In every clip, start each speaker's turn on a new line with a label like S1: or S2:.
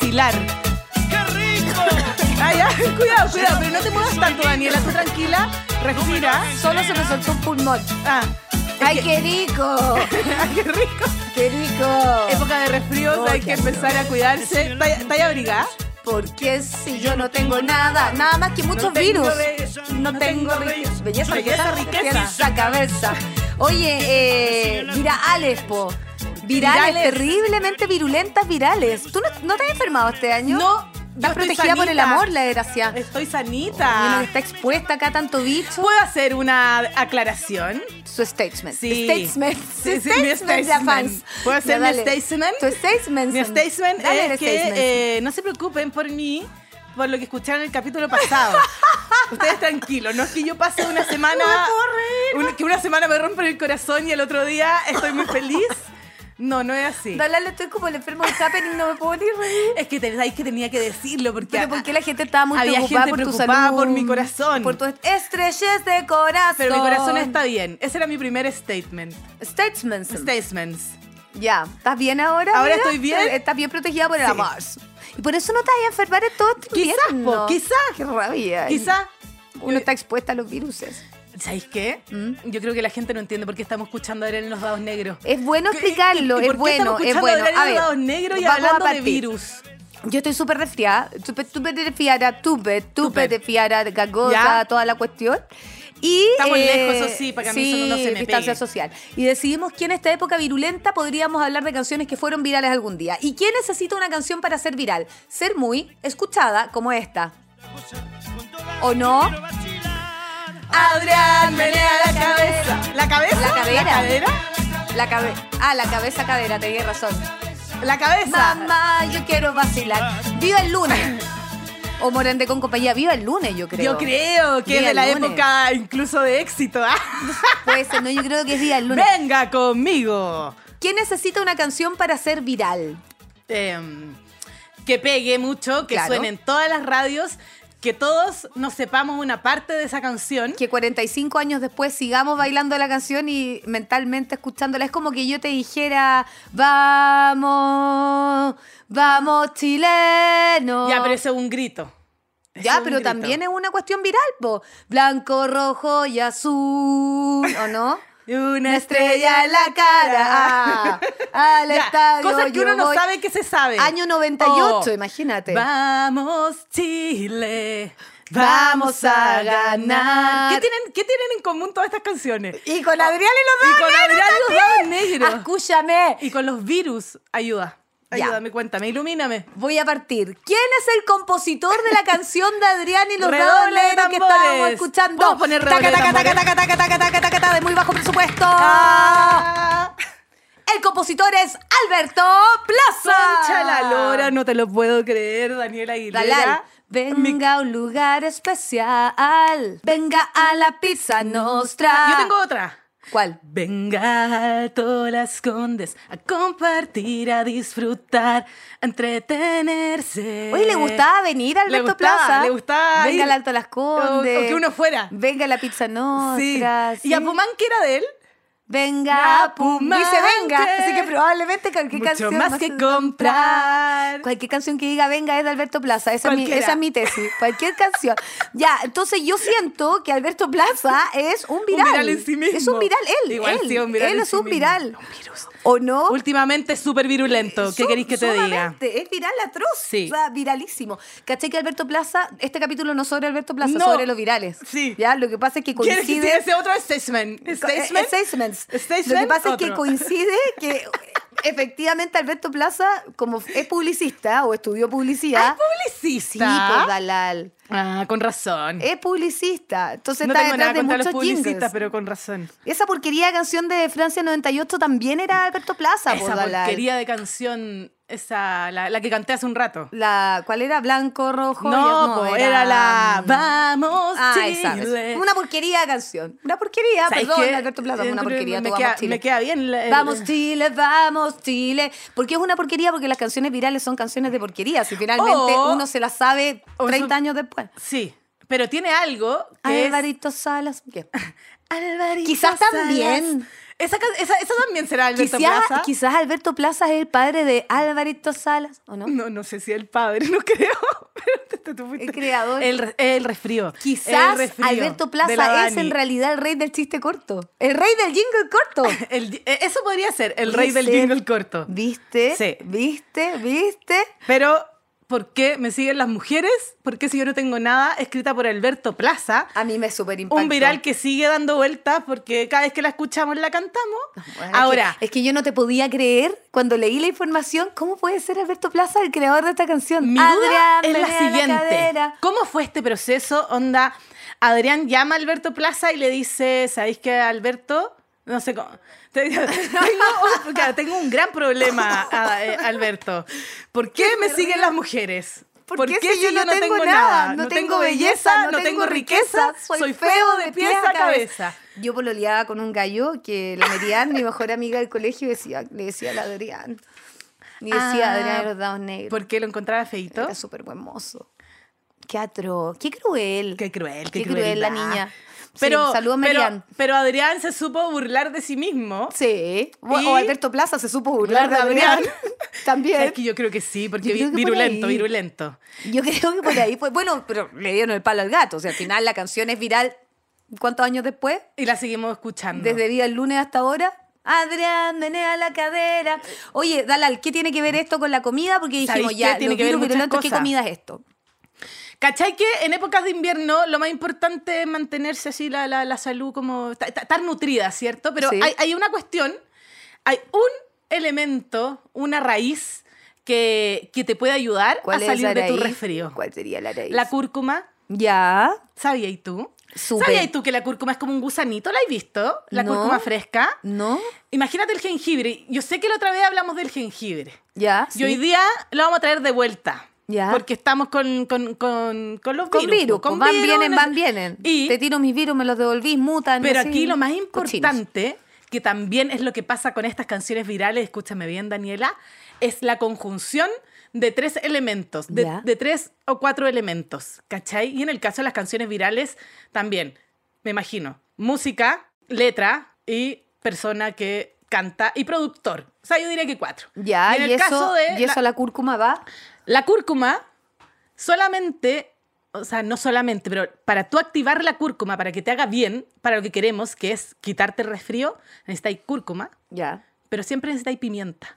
S1: bailar.
S2: ¡Qué rico!
S1: Ay, ay, Ah, cuidado, cuidado, pero no te muevas tanto, Daniela. Tú tranquila, respira.
S3: Solo se me soltó un pulmón.
S1: Ah,
S3: ¡Ay, qué rico!
S1: ay, qué rico.
S3: ¡Qué rico!
S1: Época de resfríos,
S3: Oh,
S1: hay
S3: qué
S1: que empezar a cuidarse. ¿Está está ya abrigada?
S3: Porque si yo no tengo nada, nada más que muchos
S1: tengo
S3: virus.
S1: belleza,
S3: no
S1: no
S3: tengo
S1: tengo
S3: riqueza.
S1: belleza.
S3: Belleza,
S1: Belleza,
S3: riqueza,
S1: riqueza.
S3: riqueza, cabeza. Oye, eh, virales, po. Virales,
S1: Virales.
S3: terriblemente virulentas virales. ¿Tú no, no te has enfermado este año?
S1: No, yo
S3: Estás
S1: estoy
S3: protegida por el
S1: sanita.
S3: amor, la desgracia.
S1: Estoy
S3: Y
S1: sanita.
S3: nos está expuesta acá a tanto bicho.
S1: ¿Puedo hacer una aclaración?
S3: Su statement.
S1: Sí.
S3: Statement.
S1: Sí, sí, mi
S3: statement de
S1: statement.
S3: fans.
S1: ¿Puedo hacer
S3: Ya,
S1: mi
S3: dale.
S1: statement?
S3: Tu statement.
S1: Mi statement
S3: Dale el
S1: es que
S3: statement.
S1: eh, no se preocupen por mí, por lo que escucharon en el capítulo pasado. Ustedes tranquilos, no es que yo pase una semana. un- que una semana me rompen el corazón y el otro día estoy muy feliz. No, no es así.
S3: Dale, estoy como el enfermo de Happening, no me puedo ni reír.
S1: Es que te- sabéis que tenía que decirlo porque.
S3: Pero porque la gente estaba muy
S1: ah, Había
S3: preocupada
S1: gente
S3: por tu
S1: preocupada
S3: salud.
S1: por mi corazón.
S3: Por tus estrellas de corazón.
S1: Pero mi corazón está bien. Ese era mi primer statement.
S3: Statements.
S1: Statements.
S3: ya. ¿Estás bien ahora?
S1: Ahora
S3: mira?
S1: estoy bien.
S3: Estás bien protegida por el
S1: Sí.
S3: amor. Y por eso no te vas a enfermar en todo este
S1: Quizás,
S3: invierno.
S1: po, quizás. Eh,
S3: Qué rabia.
S1: Quizá.
S3: Uno está expuesta a los viruses.
S1: ¿Sabéis qué?
S3: ¿Mm?
S1: Yo creo que la gente no entiende por qué estamos escuchando a Adrián en los dados negros.
S3: Es bueno
S1: ¿Qué-
S3: explicarlo,
S1: y- y
S3: es
S1: por qué
S3: bueno,
S1: estamos
S3: es
S1: escuchando hablar
S3: bueno. A
S1: de
S3: ver,
S1: lados negros y
S3: vamos a
S1: hablando de
S3: partir.
S1: virus.
S3: Yo estoy súper resfriada, súper, súper resfriada, tupe, tupe
S1: Súper.
S3: resfriada, gagosa,
S1: Ya.
S3: toda la cuestión. Y, eh,
S1: Estamos lejos, eso sí, para que a mí eso no se me
S3: distancia
S1: pegue.
S3: social. Y decidimos que en esta época virulenta podríamos hablar de canciones que fueron virales algún día. ¿Y quién necesita una canción para ser viral? Ser muy escuchada como esta. ¿O no?
S1: Adrián, menea la cabeza. ¿La cabeza?
S3: La cadera.
S1: ¿La cadera?
S3: La cabe ah, la cabeza cadera, tenía razón.
S1: La cabeza.
S3: Mamá, yo quiero vacilar. Viva el lunes. O Morante con compañía, viva el lunes, yo creo.
S1: Yo creo que
S3: Día
S1: es de la
S3: lunes.
S1: época incluso de éxito. ¿ah?
S3: Puede ser, no, yo creo que es viva el lunes.
S1: Venga conmigo.
S3: ¿Quién necesita una canción para ser viral?
S1: Em, que pegue mucho, que
S3: Claro.
S1: suene en todas las radios, que todos nos sepamos una parte de esa canción.
S3: Que 45 años después sigamos bailando la canción y mentalmente escuchándola. Es como que yo te dijera, vamos, vamos chileno.
S1: Ya, pero eso es un grito. Eso
S3: Ya,
S1: es un
S3: pero
S1: grito.
S3: también es una cuestión viral, po. Blanco, rojo y azul, ¿o no?
S1: Una
S3: Una estrella en la cara. Al
S1: Ya,
S3: estadio.
S1: cosas que
S3: yo
S1: uno no
S3: voy.
S1: sabe que se sabe.
S3: Año 98,
S1: Oh,
S3: imagínate.
S1: Vamos, Chile. Vamos a ganar. ¿Qué tienen, qué tienen en común todas estas canciones?
S3: Y con Adrián y
S1: y con Adrián y los dados
S3: los dos.
S1: negros.
S3: Escúchame.
S1: Y con los virus. Ayuda.
S3: Ya.
S1: Ayúdame, cuéntame, ilumíname.
S3: Voy a partir. ¿Quién es el compositor de la canción de Adrián y los
S1: Redoble
S3: dados
S1: de
S3: negros que
S1: tambores.
S3: estábamos escuchando?
S1: ¿Puedo poner redoble de
S3: taca, taca,
S1: tambores?
S3: taca, taca, taca, taca, taca, taca, taca, de muy bajo presupuesto.
S1: Ah,
S3: El compositor es Alberto Plaza.
S1: Sancha la lora, no te lo puedo creer, Daniel Aguilera.
S3: Ah. Dalal. Venga a un lugar especial. Venga a la pizza nostra.
S1: Yo tengo otra.
S3: ¿Cuál?
S1: Venga alto las condes a compartir, a disfrutar, a entretenerse.
S3: Oye, le gustaba venir a
S1: Eh, Le
S3: Alberto
S1: gustaba,
S3: Plaza.
S1: le gustaba
S3: Venga
S1: ir.
S3: al Alto Las Condes.
S1: O- o que uno fuera.
S3: Venga a la pizza
S1: Sí.
S3: nostra.
S1: Y a Pumán, que era de él.
S3: Venga a Puma. Dice venga.
S1: Pumante.
S3: Así que probablemente cualquier
S1: Mucho
S3: canción.
S1: más que comprar.
S3: Cualquier canción que diga venga es de Alberto Plaza. Esa es, mi,
S1: Cualquiera.
S3: esa es mi tesis. Cualquier canción. Ya, entonces yo siento que Alberto Plaza es un viral.
S1: Un viral en sí mismo.
S3: Es un viral. Él.
S1: Igual
S3: él.
S1: sí, un viral
S3: Él
S1: en
S3: es
S1: sí
S3: un
S1: mismo.
S3: viral.
S1: Un virus.
S3: ¿O no?
S1: Últimamente súper virulento. ¿Qué
S3: Su-
S1: queréis que te diga?
S3: sumamente, Es viral atroz.
S1: Sí.
S3: O sea, viralísimo. ¿Caché que Alberto Plaza, este capítulo no sobre Alberto Plaza,
S1: No.
S3: sobre los virales?
S1: Sí.
S3: Ya, lo que pasa es que
S1: ¿Quieres que
S3: coincide.
S1: te ese otro statement?
S3: Eh, statements.
S1: Statement,
S3: Lo que pasa es que
S1: otro.
S3: coincide que efectivamente Alberto Plaza, como es publicista o estudió publicidad. Sí,
S1: Publicista.
S3: pues, Dalal.
S1: ah, con razón.
S3: Es publicista. Entonces
S1: no
S3: está
S1: tengo
S3: detrás
S1: nada
S3: de
S1: contra
S3: muchos
S1: los publicistas,
S3: jingles.
S1: pero con razón.
S3: Esa porquería de canción de Francia 98 también era Alberto Plaza, pues,
S1: Esa
S3: Dalal.
S1: porquería de canción, esa, la, la que canté hace un rato.
S3: La, ¿Cuál era? ¿Blanco, rojo?
S1: No,
S3: Ya-
S1: po, era la Vamos
S3: Ah,
S1: Chile.
S3: esa. esa. Una porquería de canción. Una porquería,
S1: ¿Sabes
S3: perdón,
S1: qué?
S3: Alberto Plaza,
S1: Eh,
S3: una
S1: pero
S3: porquería.
S1: Me
S3: todo,
S1: queda,
S3: vamos, Chile.
S1: me queda bien. la- eh, el-
S3: Vamos Chile, vamos Chile. Porque es una porquería porque las canciones virales son canciones de porquería. Si finalmente
S1: O-
S3: uno se las sabe
S1: Oh. o
S3: 30
S1: son-
S3: años después.
S1: Sí, pero tiene algo que es-
S3: Alvarito Salas. ¿qué?
S1: Alvarito
S3: Quizás
S1: Salas.
S3: también.
S1: Esa, ca- esa, esa también será Alberto
S3: Quizás,
S1: Plaza.
S3: quizás Alberto Plaza es el padre de Alvarito Salas, ¿o no?
S1: No, no sé si el padre, no creo. Pero te- te- te fuiste.
S3: El creador.
S1: El, re- el resfrío.
S3: Quizás
S1: El resfrío
S3: Alberto
S1: de la
S3: Plaza es
S1: Dani.
S3: en realidad el rey del chiste corto. El rey del jingle corto.
S1: El- eh, eso podría ser el
S3: Puede
S1: rey del
S3: ser.
S1: jingle corto.
S3: ¿Viste?
S1: Sí.
S3: ¿Viste? ¿Viste?
S1: Pero, ¿por qué me siguen las mujeres? ¿Por qué si yo no tengo nada? Escrita por Alberto Plaza.
S3: A mí me super
S1: Un viral que sigue dando vueltas porque cada vez que la escuchamos la cantamos. Ahora,
S3: es que yo no te podía creer cuando leí la información. ¿Cómo puede ser Alberto Plaza el creador de esta canción?
S1: mi duda
S3: Adrián,
S1: es la
S3: menea
S1: siguiente.
S3: cadera.
S1: ¿Cómo fue este proceso? Onda, Adrián llama a Alberto Plaza y le dice, ¿sabéis que Alberto? No sé cómo. Tengo un, claro, tengo un gran problema, a- eh, Alberto. ¿Por qué me siguen las mujeres?
S3: ¿Por qué si yo no tengo nada?
S1: No, tengo belleza, no tengo riqueza, soy feo de pies a cabeza.
S3: Yo pololeaba con un gallo que la Merian, mi mejor amiga del colegio, decía, le decía a la Adrián. Y decía
S1: Ah,
S3: Adrián de los dados negros.
S1: ¿Por qué lo encontraba feito?
S3: Era súper buen mozo. Qué atroz, qué cruel.
S1: Qué cruel, qué,
S3: Qué cruel la
S1: crueldad.
S3: niña. Sí,
S1: Pero,
S3: saludos,
S1: pero,
S3: Marian.
S1: pero Adrián se supo burlar de sí mismo.
S3: Sí. O,
S1: Y-
S3: o Alberto Plaza se supo burlar de Adrián.
S1: Es
S3: También.
S1: que yo creo que sí, porque
S3: Yo
S1: vi-
S3: creo que por
S1: virulento,
S3: ahí.
S1: virulento.
S3: Yo creo que por ahí fue. Bueno, pero le dieron el palo al gato. O sea, al final la canción es viral. ¿Cuántos años después?
S1: Y la seguimos escuchando.
S3: Desde día el lunes hasta ahora. Adrián, menea la cadera. Oye, Dalal, ¿qué tiene que ver esto con la comida? Porque dijimos
S1: ¿Sabéis
S3: ya,
S1: qué? Tiene
S3: los
S1: que ver
S3: virus
S1: muchas
S3: virulentos, ¿qué
S1: cosas.
S3: comida es esto?
S1: ¿Cachai que en épocas de invierno lo más importante es mantenerse así la, la- la salud como... ta- ta- Estar nutrida, ¿cierto? Pero
S3: Sí.
S1: hay, hay una cuestión, hay un elemento, una raíz que, que te puede ayudar a
S3: ¿Cuál es
S1: salir
S3: la
S1: de tu
S3: raíz?
S1: resfrío.
S3: ¿Cuál sería la raíz?
S1: La cúrcuma,
S3: ya.
S1: ¿sabías tú?
S3: Supe.
S1: ¿Sabías tú que la cúrcuma es como un gusanito? ¿La has visto? La
S3: No.
S1: cúrcuma fresca.
S3: ¿No?
S1: Imagínate el jengibre. Yo sé que la otra vez hablamos del jengibre.
S3: Ya.
S1: Y hoy
S3: sí.
S1: día lo vamos a traer de vuelta.
S3: Ya.
S1: Porque estamos con, con, con, con los
S3: Con
S1: virus.
S3: virus,
S1: con
S3: pues, van,
S1: virus,
S3: vienen,
S1: no-
S3: van, vienen.
S1: Y-
S3: Te tiro mis virus, me los devolvís, mutan.
S1: Pero
S3: así,
S1: aquí lo más
S3: cochinos.
S1: importante, que también es lo que pasa con estas canciones virales, escúchame bien, Daniela, es la conjunción de tres elementos, de,
S3: Ya.
S1: de tres o cuatro elementos, ¿cachai? Y en el caso de las canciones virales, también, me imagino, música, letra y persona que canta y productor. O sea, yo diría que cuatro.
S3: Ya,
S1: en
S3: y,
S1: el
S3: eso,
S1: caso de
S3: y eso
S1: la-
S3: la... cúrcuma va.
S1: La cúrcuma solamente, o sea, no solamente, pero para tú activar la cúrcuma, para que te haga bien, para lo que queremos, que es quitarte el resfrío, necesitáis cúrcuma,
S3: Ya.
S1: pero siempre necesitáis pimienta.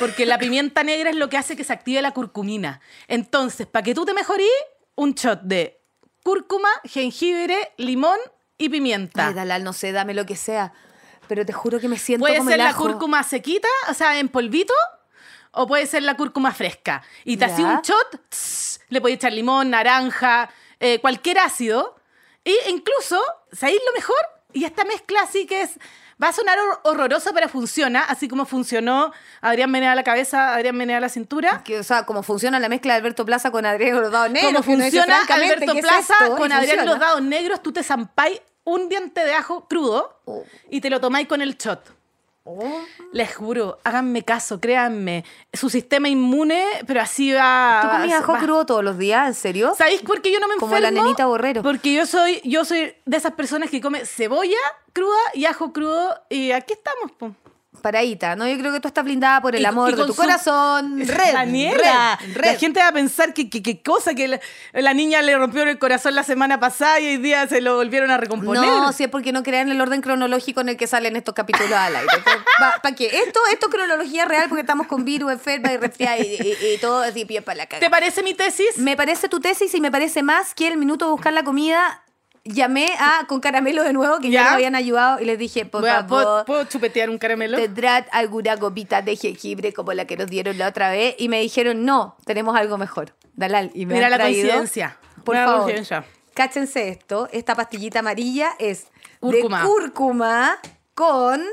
S1: Porque la pimienta negra es lo que hace que se active la curcumina. Entonces, para que tú te mejorís, un shot de cúrcuma, jengibre, limón y
S3: Ay,
S1: pimienta.
S3: Dalal, no sé, dame lo que sea. Pero te juro que me siento
S1: Puede
S3: como
S1: ser
S3: el
S1: la
S3: ajo.
S1: cúrcuma sequita, o sea, en polvito, o puede ser la cúrcuma fresca. Y te
S3: Ya.
S1: hacía un shot, tss, le podía echar limón, naranja, eh, cualquier ácido. E incluso, ¿sabéis lo mejor? Y esta mezcla así que es. Va a sonar hor- horroroso, pero funciona, así como funcionó Adrián Menea la cabeza, Adrián Menea la cintura.
S3: Que, o sea, como funciona la mezcla de Alberto Plaza con Adrián Gordado Negro.
S1: Como
S3: que uno dice,
S1: funciona
S3: francamente,
S1: Alberto
S3: ¿qué es
S1: Plaza
S3: esto? Y
S1: con Adrián
S3: funciona.
S1: los dados negros, tú te zampáis un diente de ajo crudo
S3: Oh.
S1: y te lo tomáis con el shot.
S3: Oh.
S1: Les juro, háganme caso, créanme. Su sistema inmune, pero así va.
S3: ¿Tú
S1: va-
S3: comías ajo
S1: va.
S3: crudo todos los días? ¿En serio?
S1: ¿Sabéis por qué yo no me enfermo?
S3: Como la nenita Borrero.
S1: Porque yo soy, yo soy de esas personas que come cebolla cruda y ajo crudo. Y aquí estamos, po.
S3: Paraíta, ¿no? Yo creo que tú estás blindada por el
S1: Y-
S3: amor
S1: y
S3: de
S1: con
S3: tu
S1: su-
S3: corazón. Red,
S1: Daniela,
S3: red,
S1: la
S3: red.
S1: gente va a pensar que, que- que cosa, que la, la niña le rompieron el corazón la semana pasada y hoy día se lo volvieron a recomponer.
S3: No, si es porque no crean el orden cronológico en el que salen estos capítulos al aire. Pues, ¿Para qué? Esto, esto es cronología real porque estamos con virus, enferma y resfriada y, y- y todo así pie para la
S1: ¿Te
S3: caga.
S1: parece mi tesis?
S3: Me parece tu tesis y me parece más que el minuto de buscar la comida. Llamé a Con Caramelo de nuevo, que ya,
S1: Ya.
S3: me habían ayudado, y les dije, por
S1: Voy a- ¿puedo,
S3: favor,
S1: puedo chupetear un caramelo?
S3: ¿tendrá alguna gomita de jengibre como la que nos dieron la otra vez? Y me dijeron, no, tenemos algo mejor. Dalal, y me
S1: Mira
S3: han
S1: la
S3: traído-
S1: coincidencia.
S3: Por
S1: Mira la
S3: favor,
S1: coincidencia.
S3: cáchense esto. Esta pastillita amarilla es
S1: Cúrcuma.
S3: de cúrcuma con...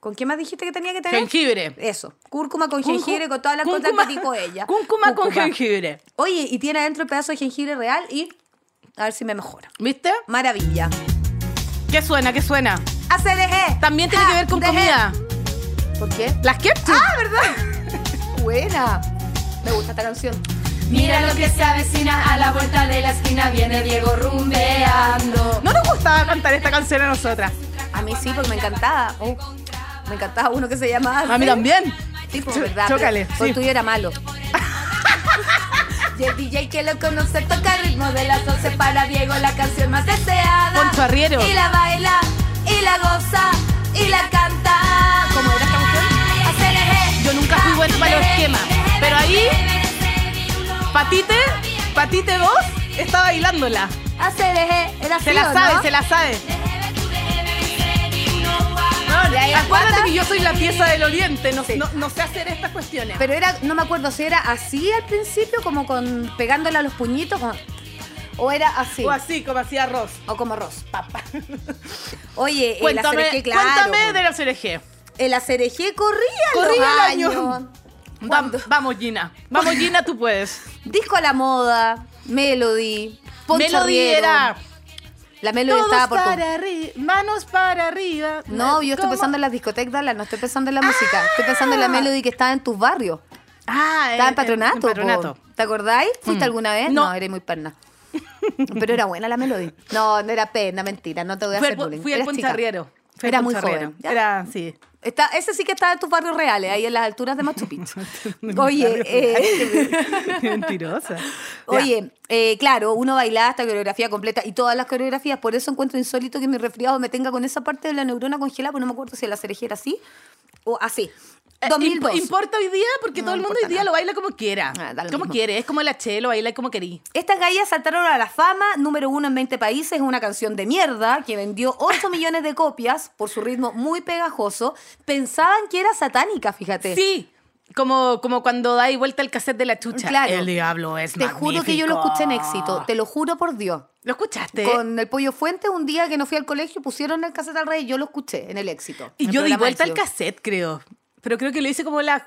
S3: ¿Con qué más dijiste que tenía que tener?
S1: Jengibre.
S3: Eso, cúrcuma con
S1: Cúrcu-
S3: jengibre, con todas las
S1: cúrcuma-
S3: cosas que dijo ella.
S1: Cúrcuma con jengibre.
S3: Oye, y tiene adentro el pedazo de jengibre real y a ver si me mejora.
S1: ¿Viste?
S3: Maravilla.
S1: ¿Qué suena? ¿Qué suena?
S3: ACDG.
S1: También tiene que ver con
S3: ACDG.
S1: comida.
S3: E. ¿Por qué?
S1: Las ketchup.
S3: Ah, Buena. Me gusta esta canción.
S2: Mira lo que se avecina a la vuelta de la esquina, viene Diego rumbeando.
S1: No nos gustaba cantar esta canción a nosotras.
S3: A mí sí, porque me encantaba. Oh. Me encantaba uno que se llamaba.
S1: A mí también.
S3: Sí, pues,
S1: Cho-
S3: verdad.
S1: chócale,
S3: pero- pero
S1: sí.
S3: el tuyo era malo.
S2: Y el DJ que lo conoce toca el ritmo de las 12 para Diego, la canción más deseada.
S1: Poncho Arriero.
S2: Y la baila, y la goza, y la canta.
S3: ¿Cómo era esta canción?
S2: Aceleré,
S1: Yo nunca fui buena para los esquemas. Pero ahí, Patite, Patite 2, está bailándola.
S2: aceleré, era
S1: Se
S2: así,
S1: la
S2: ¿o
S1: sabe,
S2: no?
S1: se la sabe.
S2: No, de ahí a
S1: Acuérdate
S2: cuata.
S1: que yo soy la pieza del oriente, no,
S3: Sí.
S1: no, no sé hacer estas cuestiones.
S3: Pero era, no me acuerdo si era así al principio, como con pegándole a los puñitos, con- o era así.
S1: O así, como hacía arroz.
S3: O como Ross, papá. Oye, el
S1: Cuéntame,
S3: acereje, claro.
S1: cuéntame de la CLG.
S3: El acereje corría,
S1: Corría
S3: los
S1: el año.
S3: años.
S1: Vam- vamos, Gina. Vamos, Gina, tú puedes.
S3: Disco a la moda, Melody, Poncho
S1: Melody
S3: Arriero.
S1: era.
S3: La Melody estaba por... com-
S1: arriba, manos para arriba.
S3: No, yo estoy
S1: ¿Cómo?
S3: pensando en las discotecas, Dala, no estoy pensando en la música. Estoy pensando en la Melody que estaba en tus barrios.
S1: Ah,
S3: Estaba en
S1: eh,
S3: patronato.
S1: en
S3: po.
S1: patronato.
S3: ¿Te acordáis? ¿Fuiste
S1: Mm.
S3: alguna vez?
S1: No.
S3: No, eres muy perna. Pero era buena la Melody. No, no era pena, mentira, no te voy a
S1: Fui
S3: hacer
S1: al po-
S3: bullying.
S1: Fui al
S3: Eras chica.
S1: Poncharriero. Fui al
S3: Era muy
S1: Poncharriero.
S3: joven, ya.
S1: Era, sí.
S3: Está, ese sí que está en tus barrios reales, eh, ahí en las alturas de Machu Picchu. Oye, eh,
S1: Mentirosa.
S3: oye eh, claro, uno bailaba esta coreografía completa y todas las coreografías, por eso encuentro insólito que mi resfriado me tenga con esa parte de la neurona congelada, porque no me acuerdo si la cerejera así o así.
S1: Eh,
S3: 2002.
S1: imp- ¿Importa hoy día? Porque
S3: No
S1: todo el mundo
S3: importa
S1: hoy día
S3: nada.
S1: lo baila como quiera.
S3: Ah, da lo
S1: como
S3: mismo.
S1: quiere. Es como el H, lo baila como querí.
S3: Estas gallas saltaron a la fama, número uno en 20 países, es una canción de mierda que vendió 8 millones de copias por su ritmo muy pegajoso. Pensaban que era satánica, fíjate.
S1: Sí. Como, como cuando dais vuelta el cassette de la chucha.
S3: Claro.
S1: El diablo es
S3: Te juro que yo lo escuché en éxito, te lo juro por Dios.
S1: ¿Lo escuchaste?
S3: Con el Pollo Fuente, un día que no fui al colegio, pusieron el cassette al rey y yo lo escuché en el éxito.
S1: Y
S3: en el
S1: yo di
S3: programa
S1: vuelta al
S3: éxito.
S1: cassette, creo. Pero creo que lo hice como la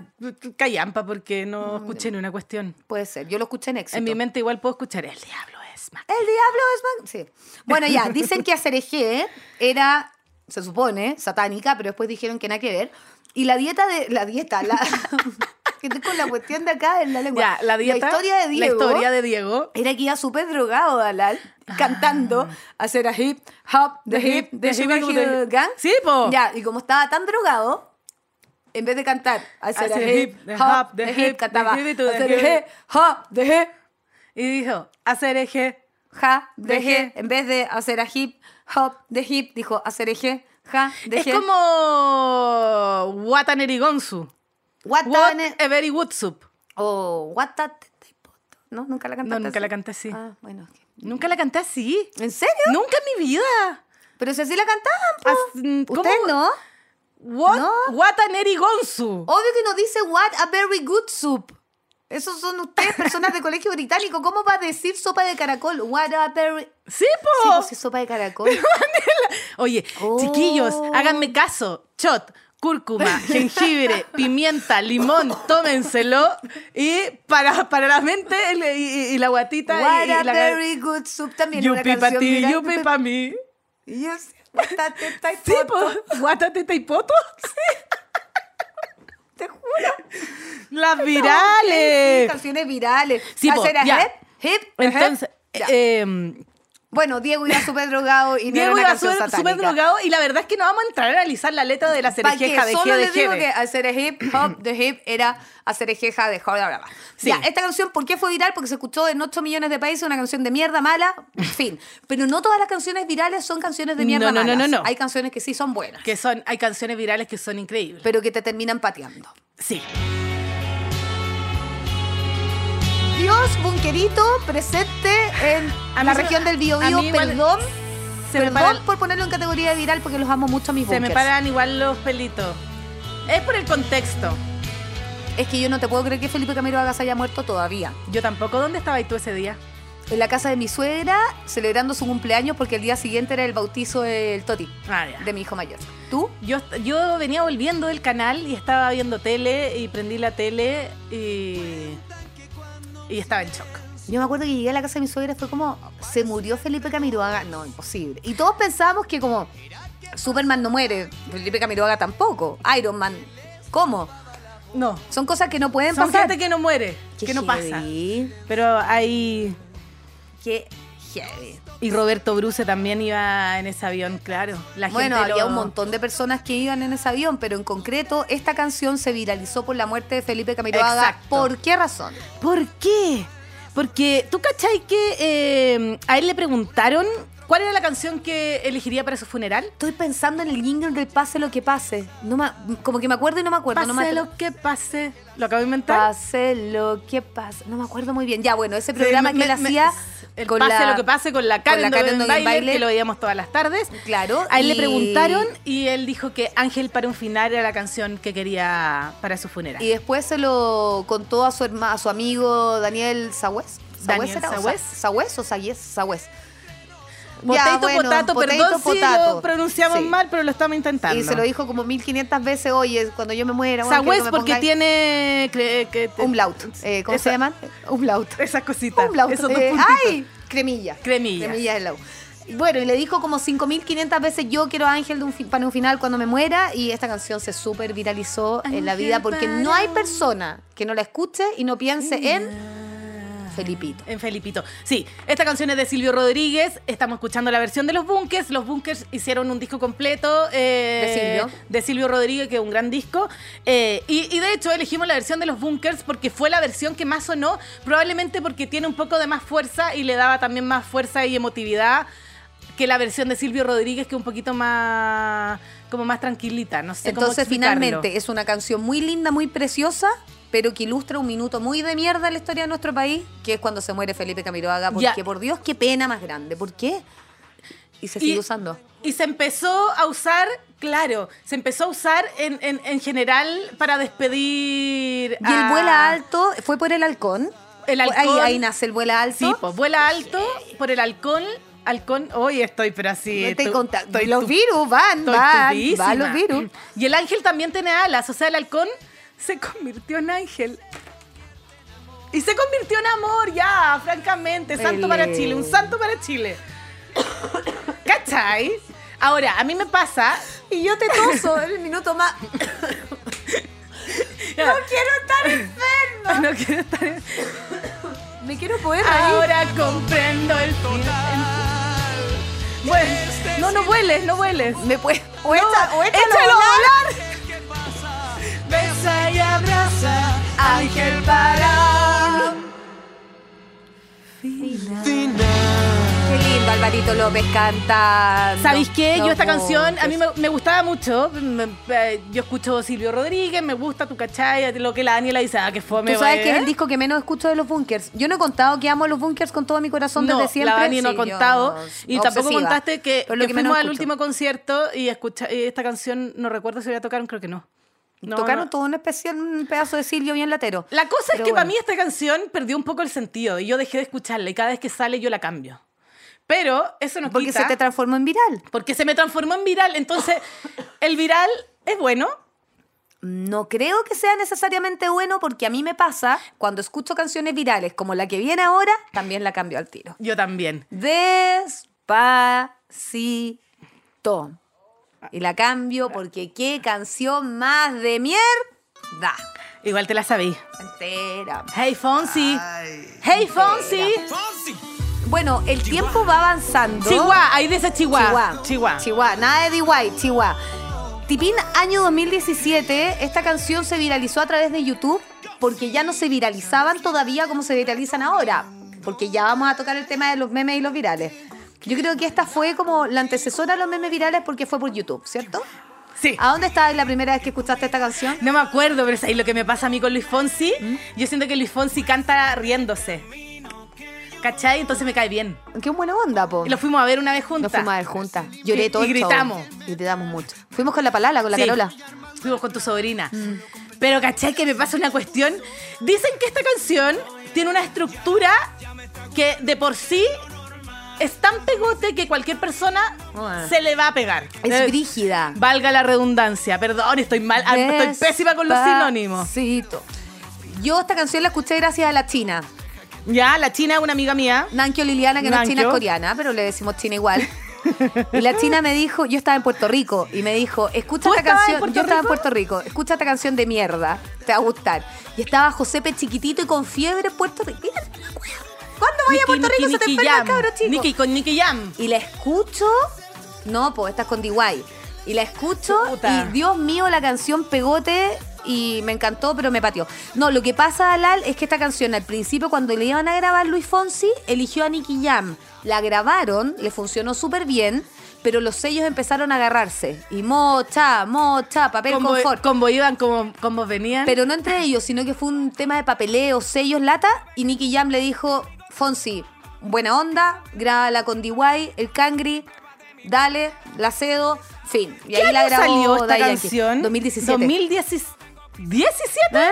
S1: callampa porque no escuché ni una cuestión.
S3: Puede ser, yo lo escuché en Mm, éxito.
S1: En mi mente igual puedo escuchar El diablo es más.
S3: El diablo es... man- Sí. Bueno, ya, dicen que Acerejé era, se supone, satánica, pero después dijeron que nada que ver. Y la dieta de... La dieta, la... que estoy con la cuestión de acá en la lengua.
S1: Ya, la dieta.
S3: historia de Diego.
S1: La historia de Diego.
S3: Era que iba súper drogado, Dalal, cantando, hacer a hip, hop, the hip, the hip,
S1: Ah. hip, the hip.
S3: gang.
S1: Sí, po.
S3: Ya, y como estaba tan drogado, en vez de cantar, hacer a
S1: Hacer
S3: hip,
S1: hip, the
S3: hop, the hip, cantaba,
S1: the hip, the
S3: hacer
S1: hip.
S3: a hip, hop, the hip,
S1: Y dijo, hacer eje.
S3: ja, de
S1: The
S3: je.
S1: hip.
S3: En vez de hacer a hip, hop, the hip, dijo hacer a je, ja, de
S1: es
S3: je.
S1: como Watanerigonsu.
S3: What
S1: What
S3: the-
S1: a very good soup.
S3: O what the- No, nunca la cantaste
S1: No, nunca
S3: así?
S1: la canté así.
S3: Ah, bueno. ok.
S1: Nunca la canté así.
S3: ¿En serio?
S1: Nunca en mi vida.
S3: Pero si así la cantaban, po.
S1: As- mm, ¿cómo?
S3: ¿Usted no?
S1: What,
S3: No.
S1: Watanerigonsu.
S3: Obvio que nos dice what a very good soup. Esos son ustedes, personas de colegio británico. ¿Cómo va a decir sopa de caracol? What a very...
S1: Sí,
S3: Sí,
S1: po.
S3: pues, sí, sopa de caracol.
S1: Oye,
S3: Oh.
S1: chiquillos, háganme caso. Shot, cúrcuma, jengibre, pimienta, limón, tómenselo. Y para, para la mente el- y, y- y la guatita. y-
S3: What
S1: y,
S3: a
S1: la
S3: very good soup también. es una
S1: Yupi pa
S3: canción,
S1: ti,
S3: mira.
S1: yupi pa mí.
S3: Y yo sé, guata, teta y
S1: Sí,
S3: poto.
S1: po. Guata, teta y poto.
S3: Te juro.
S1: Las
S3: Sí,
S1: virales.
S3: canciones virales.
S1: Sí, po,
S3: Hacer a
S1: ya.
S3: hip, hip, hip.
S1: Entonces,
S3: Ya.
S1: eh,
S3: bueno, Diego iba súper drogado y no era
S1: Diego
S3: una
S1: iba
S3: canción
S1: súper
S3: satánica.
S1: súper drogado y la verdad es que no vamos a entrar a analizar la letra de la
S3: Pa' que
S1: cerejeja de
S3: solo les digo que
S1: GDG.
S3: hacer el hip hop de hip era hacer ejeja de joda bla bla.
S1: Sí.
S3: Ya, esta canción, ¿por qué fue viral? Porque se escuchó en 8 millones de países, una canción de mierda mala, fin. Pero no todas las canciones virales son canciones de mierda
S1: No, no, no,
S3: malas.
S1: no, no.
S3: Hay canciones que sí son buenas,
S1: Que son, hay canciones virales que son increíbles.
S3: pero que te terminan pateando.
S1: Sí.
S3: Dios, bunkerito, presente en
S1: A mí
S3: la
S1: se-
S3: región del Bío
S1: a
S3: Bío,
S1: mí igual-
S3: perdón.
S1: Se me
S3: perdón
S1: para el-
S3: por ponerlo en categoría de viral porque los amo mucho a mis
S1: Se me
S3: bunkers.
S1: paran igual los pelitos. Es por el contexto.
S3: Es que yo no te puedo creer que Felipe Camero Haga se haya muerto todavía.
S1: Yo tampoco. ¿Dónde estabas tú ese día?
S3: en la casa de mi suegra celebrando su cumpleaños porque el día siguiente era el bautizo del Toti,
S1: Ah, ya.
S3: de mi hijo mayor. ¿Tú?
S1: Yo, est- yo venía volviendo del canal y estaba viendo tele y prendí la tele y, y estaba en shock.
S3: Yo me acuerdo que llegué a la casa de mi suegra fue como, se murió Felipe Camiroaga. No, imposible. Y todos pensábamos que como, Superman no muere, Felipe Camiroaga tampoco, Iron Man, ¿cómo?
S1: No.
S3: Son cosas que no pueden
S1: Son
S3: pasar.
S1: gente que no muere,
S3: Qué
S1: que no pasa.
S3: heavy,
S1: Pero hay
S3: Qué Heavy.
S1: Y Roberto Bruce también iba en ese avión, claro. La
S3: Bueno,
S1: gente lo-
S3: había un montón de personas que iban en ese avión, pero en concreto esta canción se viralizó por la muerte de Felipe Camiroaga.
S1: Exacto.
S3: ¿Por qué razón?
S1: ¿Por qué? Porque tú cachai que eh, a él le preguntaron cuál era la canción que elegiría para su funeral.
S3: Estoy pensando en el jingle del pase lo que pase. No me- como que me acuerdo y no me acuerdo.
S1: Pase
S3: no me
S1: lo que pase. Lo acabo de inventar.
S3: pase lo que pase. No me acuerdo muy bien. Ya, bueno, ese programa
S1: Sí,
S3: que
S1: me-
S3: él
S1: me-
S3: hacía.
S1: el
S3: con
S1: pase
S3: la-
S1: lo que pase con la
S3: con
S1: Karen,
S3: la Karen
S1: Dodenbailer,
S3: Dodenbailer.
S1: que lo veíamos todas las tardes.
S3: Claro.
S1: A él le
S3: y-
S1: preguntaron y él dijo que Ángel para un final era la canción que quería para su funeral.
S3: Y después se lo contó a su herma- a su amigo Daniel Sagüez.
S1: Daniel
S3: era? ¿O
S1: Sagüez.
S3: Sa- Sagüez o Sagüez? Sagüez.
S1: Potato,
S3: Ya, bueno,
S1: potato,
S3: potato,
S1: perdón si
S3: potato.
S1: lo pronunciamos
S3: Sí.
S1: mal, pero lo estamos intentando.
S3: Y se lo dijo como 1500 veces, oye, cuando yo me muera. bueno,
S1: Sagüez
S3: quiero que me
S1: porque
S3: pongáis
S1: tiene... cre- que-
S3: Umlaut. Eh, ¿Cómo
S1: Esa-
S3: se llaman? Umlaut.
S1: Esas cositas.
S3: Umlaut.
S1: Esos dos
S3: Eh,
S1: puntitos.
S3: ¡Ay! Cremilla.
S1: Cremilla.
S3: Cremilla de la U. Bueno, y le dijo como 5.500 veces yo quiero a Ángel de un fi- para un final cuando me muera y esta canción se súper viralizó en la vida porque no hay persona que no la escuche y no piense en Felipito.
S1: En Felipito. Sí, esta canción es de Silvio Rodríguez. Estamos escuchando la versión de Los Bunkers. Los Bunkers hicieron un disco completo eh,
S3: De Silvio.
S1: de Silvio Rodríguez, que es un gran disco. Eh, y, y de hecho elegimos la versión de Los Bunkers porque fue la versión que más sonó, probablemente porque tiene un poco de más fuerza y le daba también más fuerza y emotividad que la versión de Silvio Rodríguez, que es un poquito más como más tranquilita. No sé cómo
S3: Entonces
S1: explicarlo.
S3: finalmente es una canción muy linda, muy preciosa, pero que ilustra un minuto muy de mierda en la historia de nuestro país, que es cuando se muere Felipe Camiroaga, porque
S1: Ya.
S3: por Dios, qué pena más grande, ¿por qué? Y se sigue
S1: Y-
S3: usando.
S1: Y se empezó a usar, claro, se empezó a usar en, en- en general para despedir.
S3: Y el
S1: a-
S3: vuela alto fue por Ah. el halcón.
S1: El
S3: Ahí-
S1: halcón.
S3: Ahí, nace el vuela alto.
S1: Sí, pues vuela alto por el halcón. Halcón, hoy estoy, pero así.
S3: Me estoy
S1: tu-
S3: conta-
S1: estoy
S3: los
S1: tu-
S3: virus van,
S1: estoy
S3: van,
S1: tubísima.
S3: van los virus.
S1: Y el ángel también tiene alas, o sea, el halcón se convirtió en ángel. Y se convirtió en amor, ya, francamente. Santo
S3: Ele.
S1: para Chile, un santo para Chile. ¿Cachai? Ahora, a mí me pasa
S3: Y yo te toso en el minuto más.
S1: No quiero estar enferma. No quiero estar enferma.
S3: Me quiero poder reír.
S1: Ahora comprendo el total. este Bueno, no, no vueles, no vueles.
S3: Me puede,
S1: No,
S3: o echa- o échalo
S1: échalo
S3: a volar.
S1: Besa y abraza, ángel para.
S3: Qué lindo, Alvarito López canta.
S1: ¿Sabéis qué? Yo esta canción, a mí me, me gustaba mucho. Me- eh, yo escucho Silvio Rodríguez, me gusta tu cachaya, lo que la Daniela dice, ah, que fome.
S3: Tú sabes
S1: güey.
S3: que es el disco que menos escucho de los bunkers. Yo no he contado que amo a los bunkers con todo mi corazón
S1: no,
S3: desde siempre.
S1: La Dani no ha
S3: Sí, yo
S1: contado.
S3: no,
S1: y tampoco
S3: obsesiva.
S1: contaste que,
S3: Pero lo
S1: que
S3: que menos
S1: fuimos al
S3: escucho.
S1: último concierto y escucha, y esta canción, no recuerdo si la tocaron, creo que no. No,
S3: Tocaron
S1: no.
S3: todo un especial, un pedazo de Silvio bien latero.
S1: La cosa es
S3: Pero
S1: que para
S3: bueno.
S1: mí esta canción perdió un poco el sentido y yo dejé de escucharla y cada vez que sale yo la cambio. Pero eso no
S3: Porque
S1: quita
S3: se te transformó en viral.
S1: porque se me transformó en viral. Entonces, el viral es bueno.
S3: No creo que sea necesariamente bueno porque a mí me pasa cuando escucho canciones virales como la que viene ahora, también la cambio al tiro.
S1: Yo también.
S3: Despacito. Y la cambio porque qué canción más de mierda.
S1: Igual te la sabí.
S3: Entera.
S1: Hey Fonsi. Hey Fonsi.
S3: Bueno, el tiempo va avanzando.
S1: Chihuahua. Ahí dice Chihuahua.
S3: Chihuahua. Chihuahua. Nada de DIY, Chihuahua. Tipín, año 2017, esta canción se viralizó a través de YouTube porque ya no se viralizaban todavía como se viralizan ahora. Porque ya vamos a tocar el tema de los memes y los virales. Yo creo que esta fue como la antecesora a los memes virales porque fue por YouTube, ¿cierto?
S1: Sí.
S3: ¿A dónde estabas la primera vez que escuchaste esta canción?
S1: No me acuerdo, pero es lo que me pasa a mí con Luis Fonsi.
S3: ¿Mm?
S1: Yo siento que Luis Fonsi canta riéndose. ¿Cachai? Entonces me cae bien.
S3: Qué buena onda, po.
S1: Y lo fuimos a ver una vez juntas.
S3: Nos fuimos a ver juntas. Lloré
S1: Y-
S3: todo
S1: y
S3: el show.
S1: gritamos.
S3: Y gritamos mucho. Fuimos con la palala, con la
S1: Sí,
S3: carola. Mm.
S1: Fuimos con tu sobrina. Pero ¿cachai? Que me pasa una cuestión. Dicen que esta canción tiene una estructura que de por sí es tan pegote que cualquier persona
S3: Ah.
S1: se le va a pegar. Eh,
S3: Es brígida.
S1: Valga la redundancia, perdón, estoy mal, ah, estoy pésima con los sinónimos.
S3: Despacito. Yo esta canción la escuché gracias a la china.
S1: Ya, la china es una amiga mía.
S3: Nankyo Liliana, que no es
S1: Nankyo.
S3: china, es coreana, pero le decimos china igual. Y la china me dijo, yo estaba en Puerto Rico, y me dijo, escucha
S1: ¿Tú
S3: esta
S1: estabas en
S3: canción,
S1: Puerto
S3: yo estaba en
S1: Rico?
S3: Puerto Rico, escucha esta canción de mierda, te va a gustar. Y estaba Josepe chiquitito y con fiebre en Puerto Rico. Mira, ¿Cuándo vaya a Puerto Rico se te enferma el
S1: Jam.
S3: cabro chico?
S1: Nicky con Nicky Jam.
S3: Y la escucho. No, pues estás con DY. Y la escucho
S1: Puta.
S3: y Dios mío, la canción pegote y me encantó, pero me pateó. No, lo que pasa, Lal, es que esta canción al principio, cuando le iban a grabar Luis Fonsi, eligió a Nicky Jam. La grabaron, le funcionó súper bien, pero los sellos empezaron a agarrarse. Y mocha, mocha, papel
S1: Como,
S3: confort.
S1: como iban, como, como venían.
S3: Pero no entre ellos, sino que fue un tema de papeleo, sellos, lata. Y Nicky Jam le dijo, Fonsi, buena onda, grábala con DY, el Cangri, dale, la cedo, fin. Y
S1: ¿Qué
S3: ahí la
S1: año
S3: grabó
S1: salió esta
S3: Daddy Yankee.
S1: canción?
S3: 2017.
S1: 2017.
S3: ¿Eh?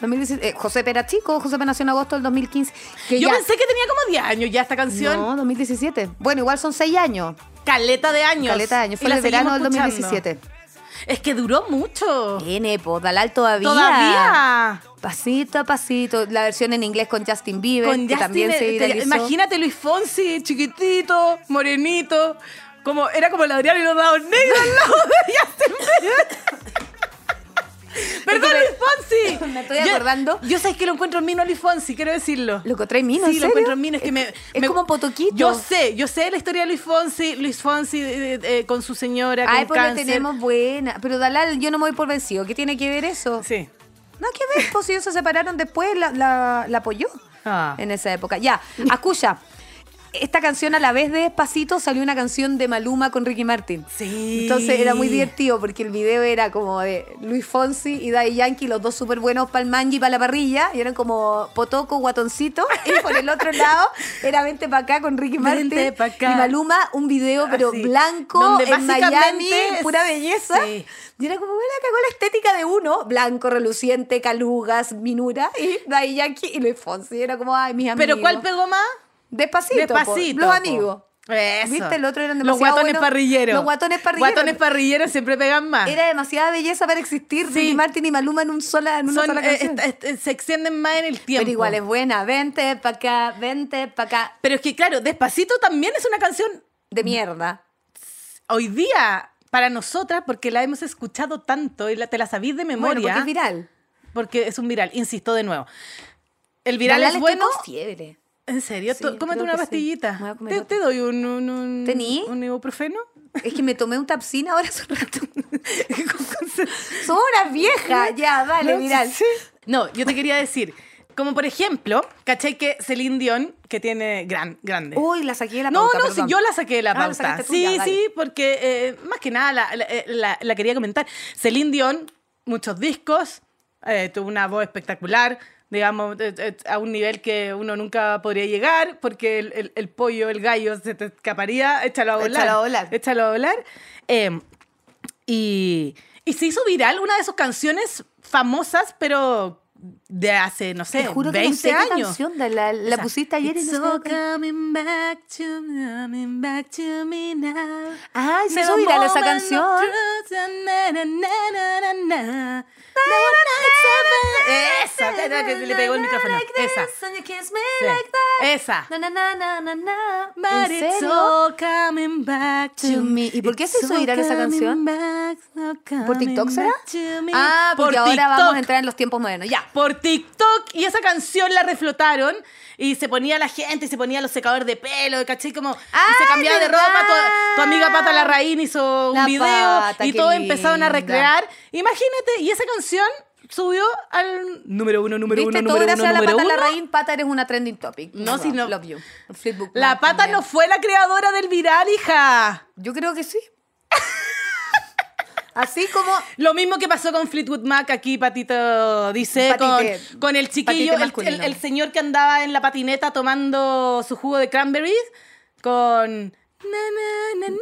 S3: 2017. Eh, José Pera Chico, José Pera nació en agosto del 2015. Que
S1: Yo
S3: ya-
S1: pensé que tenía como 10 años ya esta canción.
S3: No, 2017. Bueno, igual son seis años.
S1: Caleta de años.
S3: Caleta de años.
S1: Y
S3: Fue
S1: la
S3: el verano del
S1: seguimos escuchando.
S3: 2017.
S1: Es que duró mucho.
S3: N, po, Dalal todavía.
S1: Todavía.
S3: Pasito a pasito. La versión en inglés con Justin Bieber.
S1: Con
S3: que
S1: Justin, e-
S3: también se
S1: te-
S3: viralizó.
S1: imagínate Luis Fonsi, chiquitito, morenito. Como, era como el Adrián y los dados negros al lado de Justin Bieber. Perdón, Luis Fonsi.
S3: me estoy acordando.
S1: Yo, sabes que lo encuentro en mí, no Luis Fonsi, quiero decirlo.
S3: Lo encontré en mí, ¿no?
S1: Sí, lo
S3: ¿En serio?
S1: encuentro en mí, es que me...
S3: es
S1: me-
S3: como Potoquito.
S1: Yo sé, yo sé la historia de Luis Fonsi, Luis Fonsi eh, eh, con su señora,
S3: Ay,
S1: con
S3: pues lo
S1: cáncer.
S3: tenemos buena. Pero Dalal, yo no me voy por vencido. ¿Qué tiene que ver eso?
S1: Sí.
S3: No, que ver, pues si ellos se separaron después, la, la- la apoyó
S1: Ah.
S3: en esa época. Ya, escucha. Esta canción a la vez de Despacito salió una canción de Maluma con Ricky Martin.
S1: Sí.
S3: Entonces era muy divertido porque el video era como de Luis Fonsi y Daddy Yankee, los dos súper buenos para el manji y para la parrilla, y eran como Potoco, Guatoncito, y por el otro lado era Vente para acá con Ricky Martin
S1: Vente pa' acá.
S3: y Maluma, un video pero
S1: Así.
S3: blanco,
S1: Donde
S3: en Miami,
S1: básicamente-
S3: pura belleza,
S1: Sí.
S3: y era como, bueno, cagó la estética de uno, blanco, reluciente, calugas, minura, y Daddy Yankee y Luis Fonsi, era como, ay, mis amigos.
S1: ¿Pero cuál pegó más?
S3: Despacito, po,
S1: Despacito,
S3: los
S1: po.
S3: amigos.
S1: Eso.
S3: ¿Viste? El otro eran
S1: Los
S3: demasiado
S1: guatones
S3: buenos.
S1: parrilleros.
S3: Los guatones parrilleros.
S1: Guatones parrilleros siempre pegan más.
S3: Era demasiada belleza para existir
S1: Ah. Sí.
S3: Ricky Martin y Maluma en, un sola, en una
S1: Son,
S3: sola
S1: eh,
S3: canción.
S1: est- est- se extienden más en el tiempo.
S3: Pero igual es buena. Vente pa' acá, vente pa' acá.
S1: Pero es que, claro, Despacito también es una canción
S3: De mierda.
S1: hoy día para nosotras porque la hemos escuchado tanto y la, te la sabís de
S3: Bueno,
S1: memoria.
S3: porque es viral.
S1: porque es un viral, insisto de nuevo. El viral
S3: Dalal
S1: es
S3: está
S1: bueno.
S3: con fiebre.
S1: ¿En serio?
S3: Sí,
S1: Tú- cómete
S3: creo
S1: una
S3: que sí.
S1: pastillita.
S3: Me voy a comer
S1: ¿Te,
S3: otra.
S1: te doy un, un, un,
S3: ¿Tení?
S1: un ibuprofeno?
S3: Es que me tomé un tapsina ahora hace un rato. Son unas viejas. Ya, dale,
S1: No,
S3: viral.
S1: sí. No, yo te quería decir, como por ejemplo, caché que Celine Dion, que tiene gran, grande.
S3: Uy, la saqué de la
S1: no,
S3: pauta,
S1: no,
S3: perdón.
S1: sí, yo la saqué de la
S3: Ah, la
S1: pauta.
S3: sacaste tú,
S1: sí,
S3: ya, dale.
S1: sí, porque eh, más que nada la, la- eh, la- la quería comentar. Celine Dion, muchos discos, eh, tuvo una voz espectacular, digamos, eh, eh, a un nivel que uno nunca podría llegar, porque el, el- el pollo, el gallo se te escaparía, échalo a volar.
S3: Échalo a volar.
S1: Échalo a volar. Eh, y, y se hizo viral una de sus canciones famosas, pero de hace, no sé,
S3: Te juro que
S1: 20
S3: no sé qué
S1: años.
S3: canción, Dalal. La
S1: Esa.
S3: pusiste ayer y
S1: It's
S3: no sé
S1: all
S3: qué-
S1: coming back to me, coming back to me now.
S3: Ay, se
S1: Never
S3: hizo viral esa
S1: more than
S3: canción.
S1: the truth, na, na, na, na, na, na. No one accepts it. Esa, la- la que le pegó el micrófono. Esa. Sí. Esa.
S3: Na, na, na, na, na, na.
S1: But
S3: ¿En
S1: it's
S3: serio?
S1: all coming back to
S3: To me.
S1: me.
S3: ¿Y por qué se
S1: It's
S3: hizo
S1: all
S3: viral esa
S1: coming
S3: canción?
S1: back, all
S3: ¿Por TikTok
S1: coming
S3: será?
S1: back to me.
S3: Ah,
S1: Por
S3: porque ahora vamos a
S1: TikTok.
S3: entrar en los tiempos modernos. Ya.
S1: por TikTok y esa canción la reflotaron y se ponía la gente y se ponía los secadores de pelo, y caché como y se
S3: ¡Ay,
S1: cambiaba de
S3: verdad!
S1: ropa, tu, tu amiga Pata Larraín hizo un
S3: La
S1: video
S3: Pata,
S1: y
S3: qué
S1: todos empezaron a
S3: linda.
S1: recrear. Imagínate, y esa canción subió al número uno, número
S3: Viste,
S1: uno,
S3: todo
S1: número
S3: gracias
S1: uno,
S3: a la
S1: número
S3: pata
S1: uno.
S3: la raíz, pata eres una trending topic.
S1: No, si no-
S3: Love you. Fleetwood
S1: La
S3: Mac
S1: Pata
S3: también.
S1: no fue la creadora del viral, hija.
S3: Yo creo que sí. Así como.
S1: Lo mismo que pasó con Fleetwood Mac aquí, Patito dice,
S3: Patite.
S1: con, con el chiquillo,
S3: Patite
S1: el,
S3: masculino.
S1: el- el señor que andaba en la patineta tomando su jugo de cranberries, con... na, na, na, na,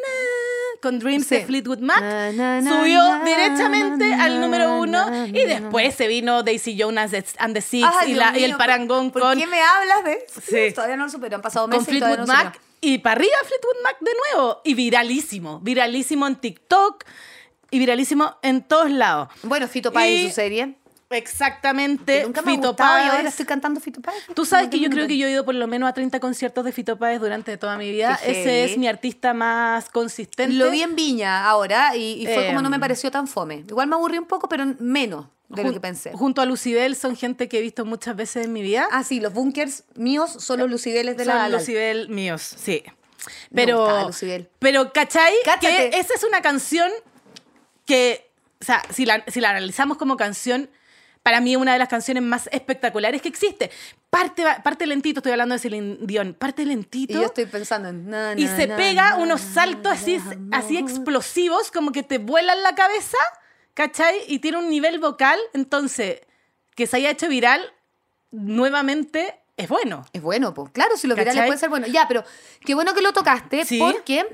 S1: con Dreams
S3: Sí.
S1: de Fleetwood Mac,
S3: Na, na, na,
S1: subió
S3: na,
S1: directamente
S3: na,
S1: al número uno
S3: na,
S1: y
S3: na,
S1: después se vino Daisy Jones and the Six
S3: Ay,
S1: y,
S3: Dios
S1: la- y
S3: mío,
S1: el parangón
S3: ¿por,
S1: con,
S3: ¿Por qué me hablas de eso?
S1: Sí.
S3: Todavía no lo supero. Han pasado
S1: con
S3: meses y todavía
S1: Fleetwood
S3: no lo
S1: Mac
S3: supero.
S1: y para arriba Fleetwood Mac de nuevo y viralísimo, viralísimo en TikTok y viralísimo en todos lados.
S3: Bueno, Fito Páez y
S1: Y-
S3: su serie.
S1: Exactamente,
S3: que Nunca me ha
S1: Fito
S3: gustado y ahora
S1: Páez.
S3: estoy cantando Fito Páez.
S1: Tú sabes que yo creo que yo he ido por lo menos a 30 conciertos de Fito Páez durante toda mi vida.
S3: Qué
S1: Ese
S3: heavy.
S1: es mi artista más consistente.
S3: Lo vi en Viña ahora y, y fue como
S1: Em.
S3: no me pareció tan fome. Igual me aburrí un poco, pero menos. de lo
S1: Jun-
S3: que pensé.
S1: Junto a Lucibel son gente que he visto muchas veces en mi vida.
S3: Ah, sí, los bunkers míos son los lucideles de
S1: son
S3: la Lal.
S1: Lucibel míos, sí.
S3: Me gustaba
S1: Pero,
S3: Lucibel.
S1: pero ¿cachai?
S3: Cáchate.
S1: Que esa es una canción que, o sea, si la, si la analizamos como canción, para mí es una de las canciones más espectaculares que existe. Parte, va- parte lentito, estoy hablando de Celine Dion, parte lentito.
S3: Y yo estoy pensando en... na,
S1: y
S3: na,
S1: se
S3: na,
S1: pega
S3: na,
S1: unos
S3: na,
S1: saltos así,
S3: na,
S1: así
S3: na.
S1: explosivos, como que te vuelan la cabeza, ¿cachai? Y tiene un nivel vocal, entonces, que se haya hecho viral nuevamente es bueno.
S3: Es bueno, pues. Claro, si los virales
S1: ¿Cachai?
S3: pueden ser buenos. Ya, pero qué bueno que lo tocaste
S1: Sí.
S3: porque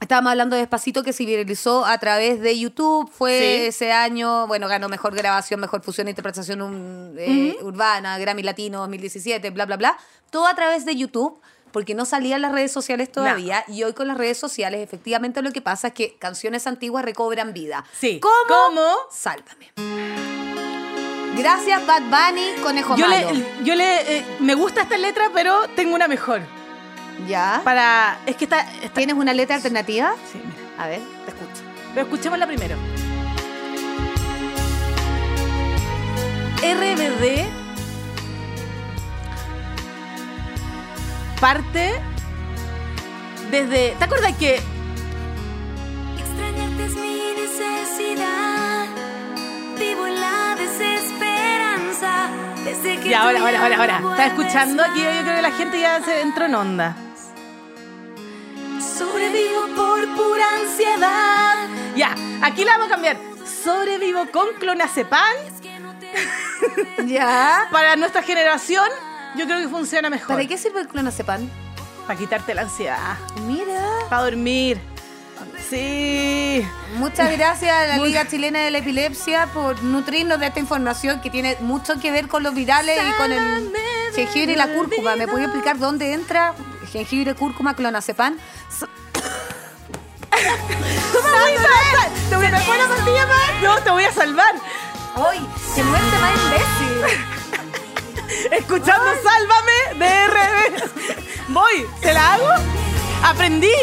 S3: estábamos hablando de Despacito que se viralizó a través de YouTube. Fue
S1: Sí.
S3: ese año, bueno, ganó mejor grabación, mejor fusión e interpretación um, eh, urbana, Grammy Latino 2017, bla, bla, bla. Todo a través de YouTube. Porque no salía en las redes sociales todavía y hoy con las redes sociales efectivamente lo que pasa es que canciones antiguas recobran vida.
S1: Sí.
S3: ¿Cómo?
S1: ¿Cómo?
S3: Sálvame. Gracias Bad Bunny, Conejo
S1: Yo le,
S3: Malo.
S1: yo le eh, me gusta esta letra, pero tengo una mejor.
S3: Ya.
S1: Para es que está, está-
S3: ¿Tienes una letra alternativa?
S1: sí, mira.
S3: A ver, te escucho.
S1: Pero escuchémosla primero. RBD parte desde ¿Te acuerdas que
S4: Extrañarte es mi necesidad. Vivo en la desesperanza. Desde que.
S1: ya ahora ahora ahora ahora
S4: está
S1: estás escuchando aquí yo creo que la gente ya se entró en onda.
S4: Sobrevivo por pura ansiedad.
S1: Ya, aquí la vamos a cambiar. Sobrevivo con clonazepam
S4: Es que no te.
S3: ¿Ya?
S1: para nuestra generación. Yo creo que funciona mejor.
S3: ¿Para qué sirve el clonazepam?
S1: Para quitarte la ansiedad.
S3: Mira.
S1: Para dormir. Sí.
S3: Muchas gracias a la Liga Chilena de la Epilepsia por nutrirnos de esta información que tiene mucho que ver con los virales y con el
S1: Sálvame de
S3: jengibre y la
S1: mi
S3: cúrcuma. ¿Me
S1: vida.
S3: puede explicar dónde entra jengibre, cúrcuma, clonazepam? S-
S1: ¿Te voy a salvar una pastilla más? No, te voy a salvar.
S3: ¡Ay! ¡Se muerte más imbécil!
S1: Escuchando Sálvame de RB. Voy, ¿te la hago? Aprendí.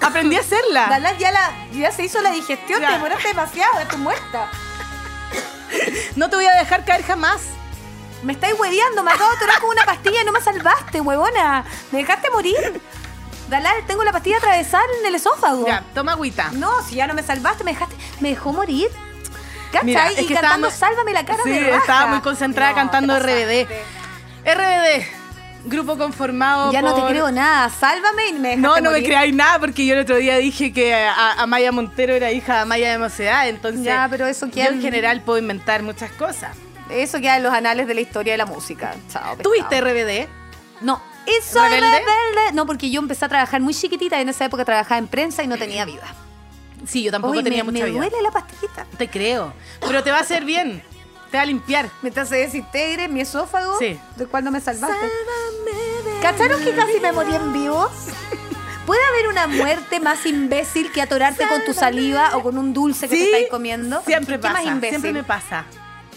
S1: Aprendí a hacerla.
S3: Dalal ya, la, Ah. ya se hizo la digestión,
S1: Ya.
S3: te demoraste demasiado, estás muerta.
S1: No te voy a dejar caer jamás.
S3: Me estáis hueveando, me acabo de atorar con una pastilla y no me salvaste, huevona. Me dejaste morir. Dalal, tengo la pastilla atravesada en el esófago.
S1: Ya, toma agüita.
S3: No, si ya no me salvaste, me dejaste, me dejó morir. ¿Cachai?
S1: Mira, es
S3: y
S1: que
S3: cantando
S1: estábamos-
S3: Sálvame la cara
S1: Sí,
S3: de raja.
S1: estaba muy concentrada
S3: No,
S1: cantando
S3: te pasaste.
S1: RBD. RBD, grupo conformado
S3: Ya no te
S1: por-
S3: creo nada. Sálvame y me dejaste
S1: No, no me
S3: morir.
S1: creáis nada porque yo el otro día dije que a- Amaya Montero era hija de Amaya de Mocedad, entonces
S3: Ya, pero eso
S1: yo
S3: quién-
S1: en general puedo inventar muchas cosas.
S3: Eso queda en los anales de la historia de la música. Chao. pescado.
S1: ¿Tuviste RBD?
S3: No. Eso soy
S1: ¿Rebelde?
S3: rebelde. No, porque yo empecé a trabajar muy chiquitita y en esa época trabajaba en prensa y no tenía vida.
S1: Sí, yo tampoco
S3: Uy,
S1: tenía
S3: me,
S1: mucha
S3: me
S1: vida.
S3: duele la pastillita.
S1: Te creo, pero te va a hacer bien, te va a limpiar.
S3: Mientras se desintegre mi esófago,
S1: Sí.
S3: de cual no me salvaste. ¿Cacharon que casi me morí en vivo? ¿Puede haber una muerte más imbécil que atorarte con tu saliva o con un dulce que
S1: ¿Sí?
S3: te estás comiendo?
S1: Siempre
S3: ¿Qué
S1: pasa,
S3: más imbécil?
S1: siempre me pasa.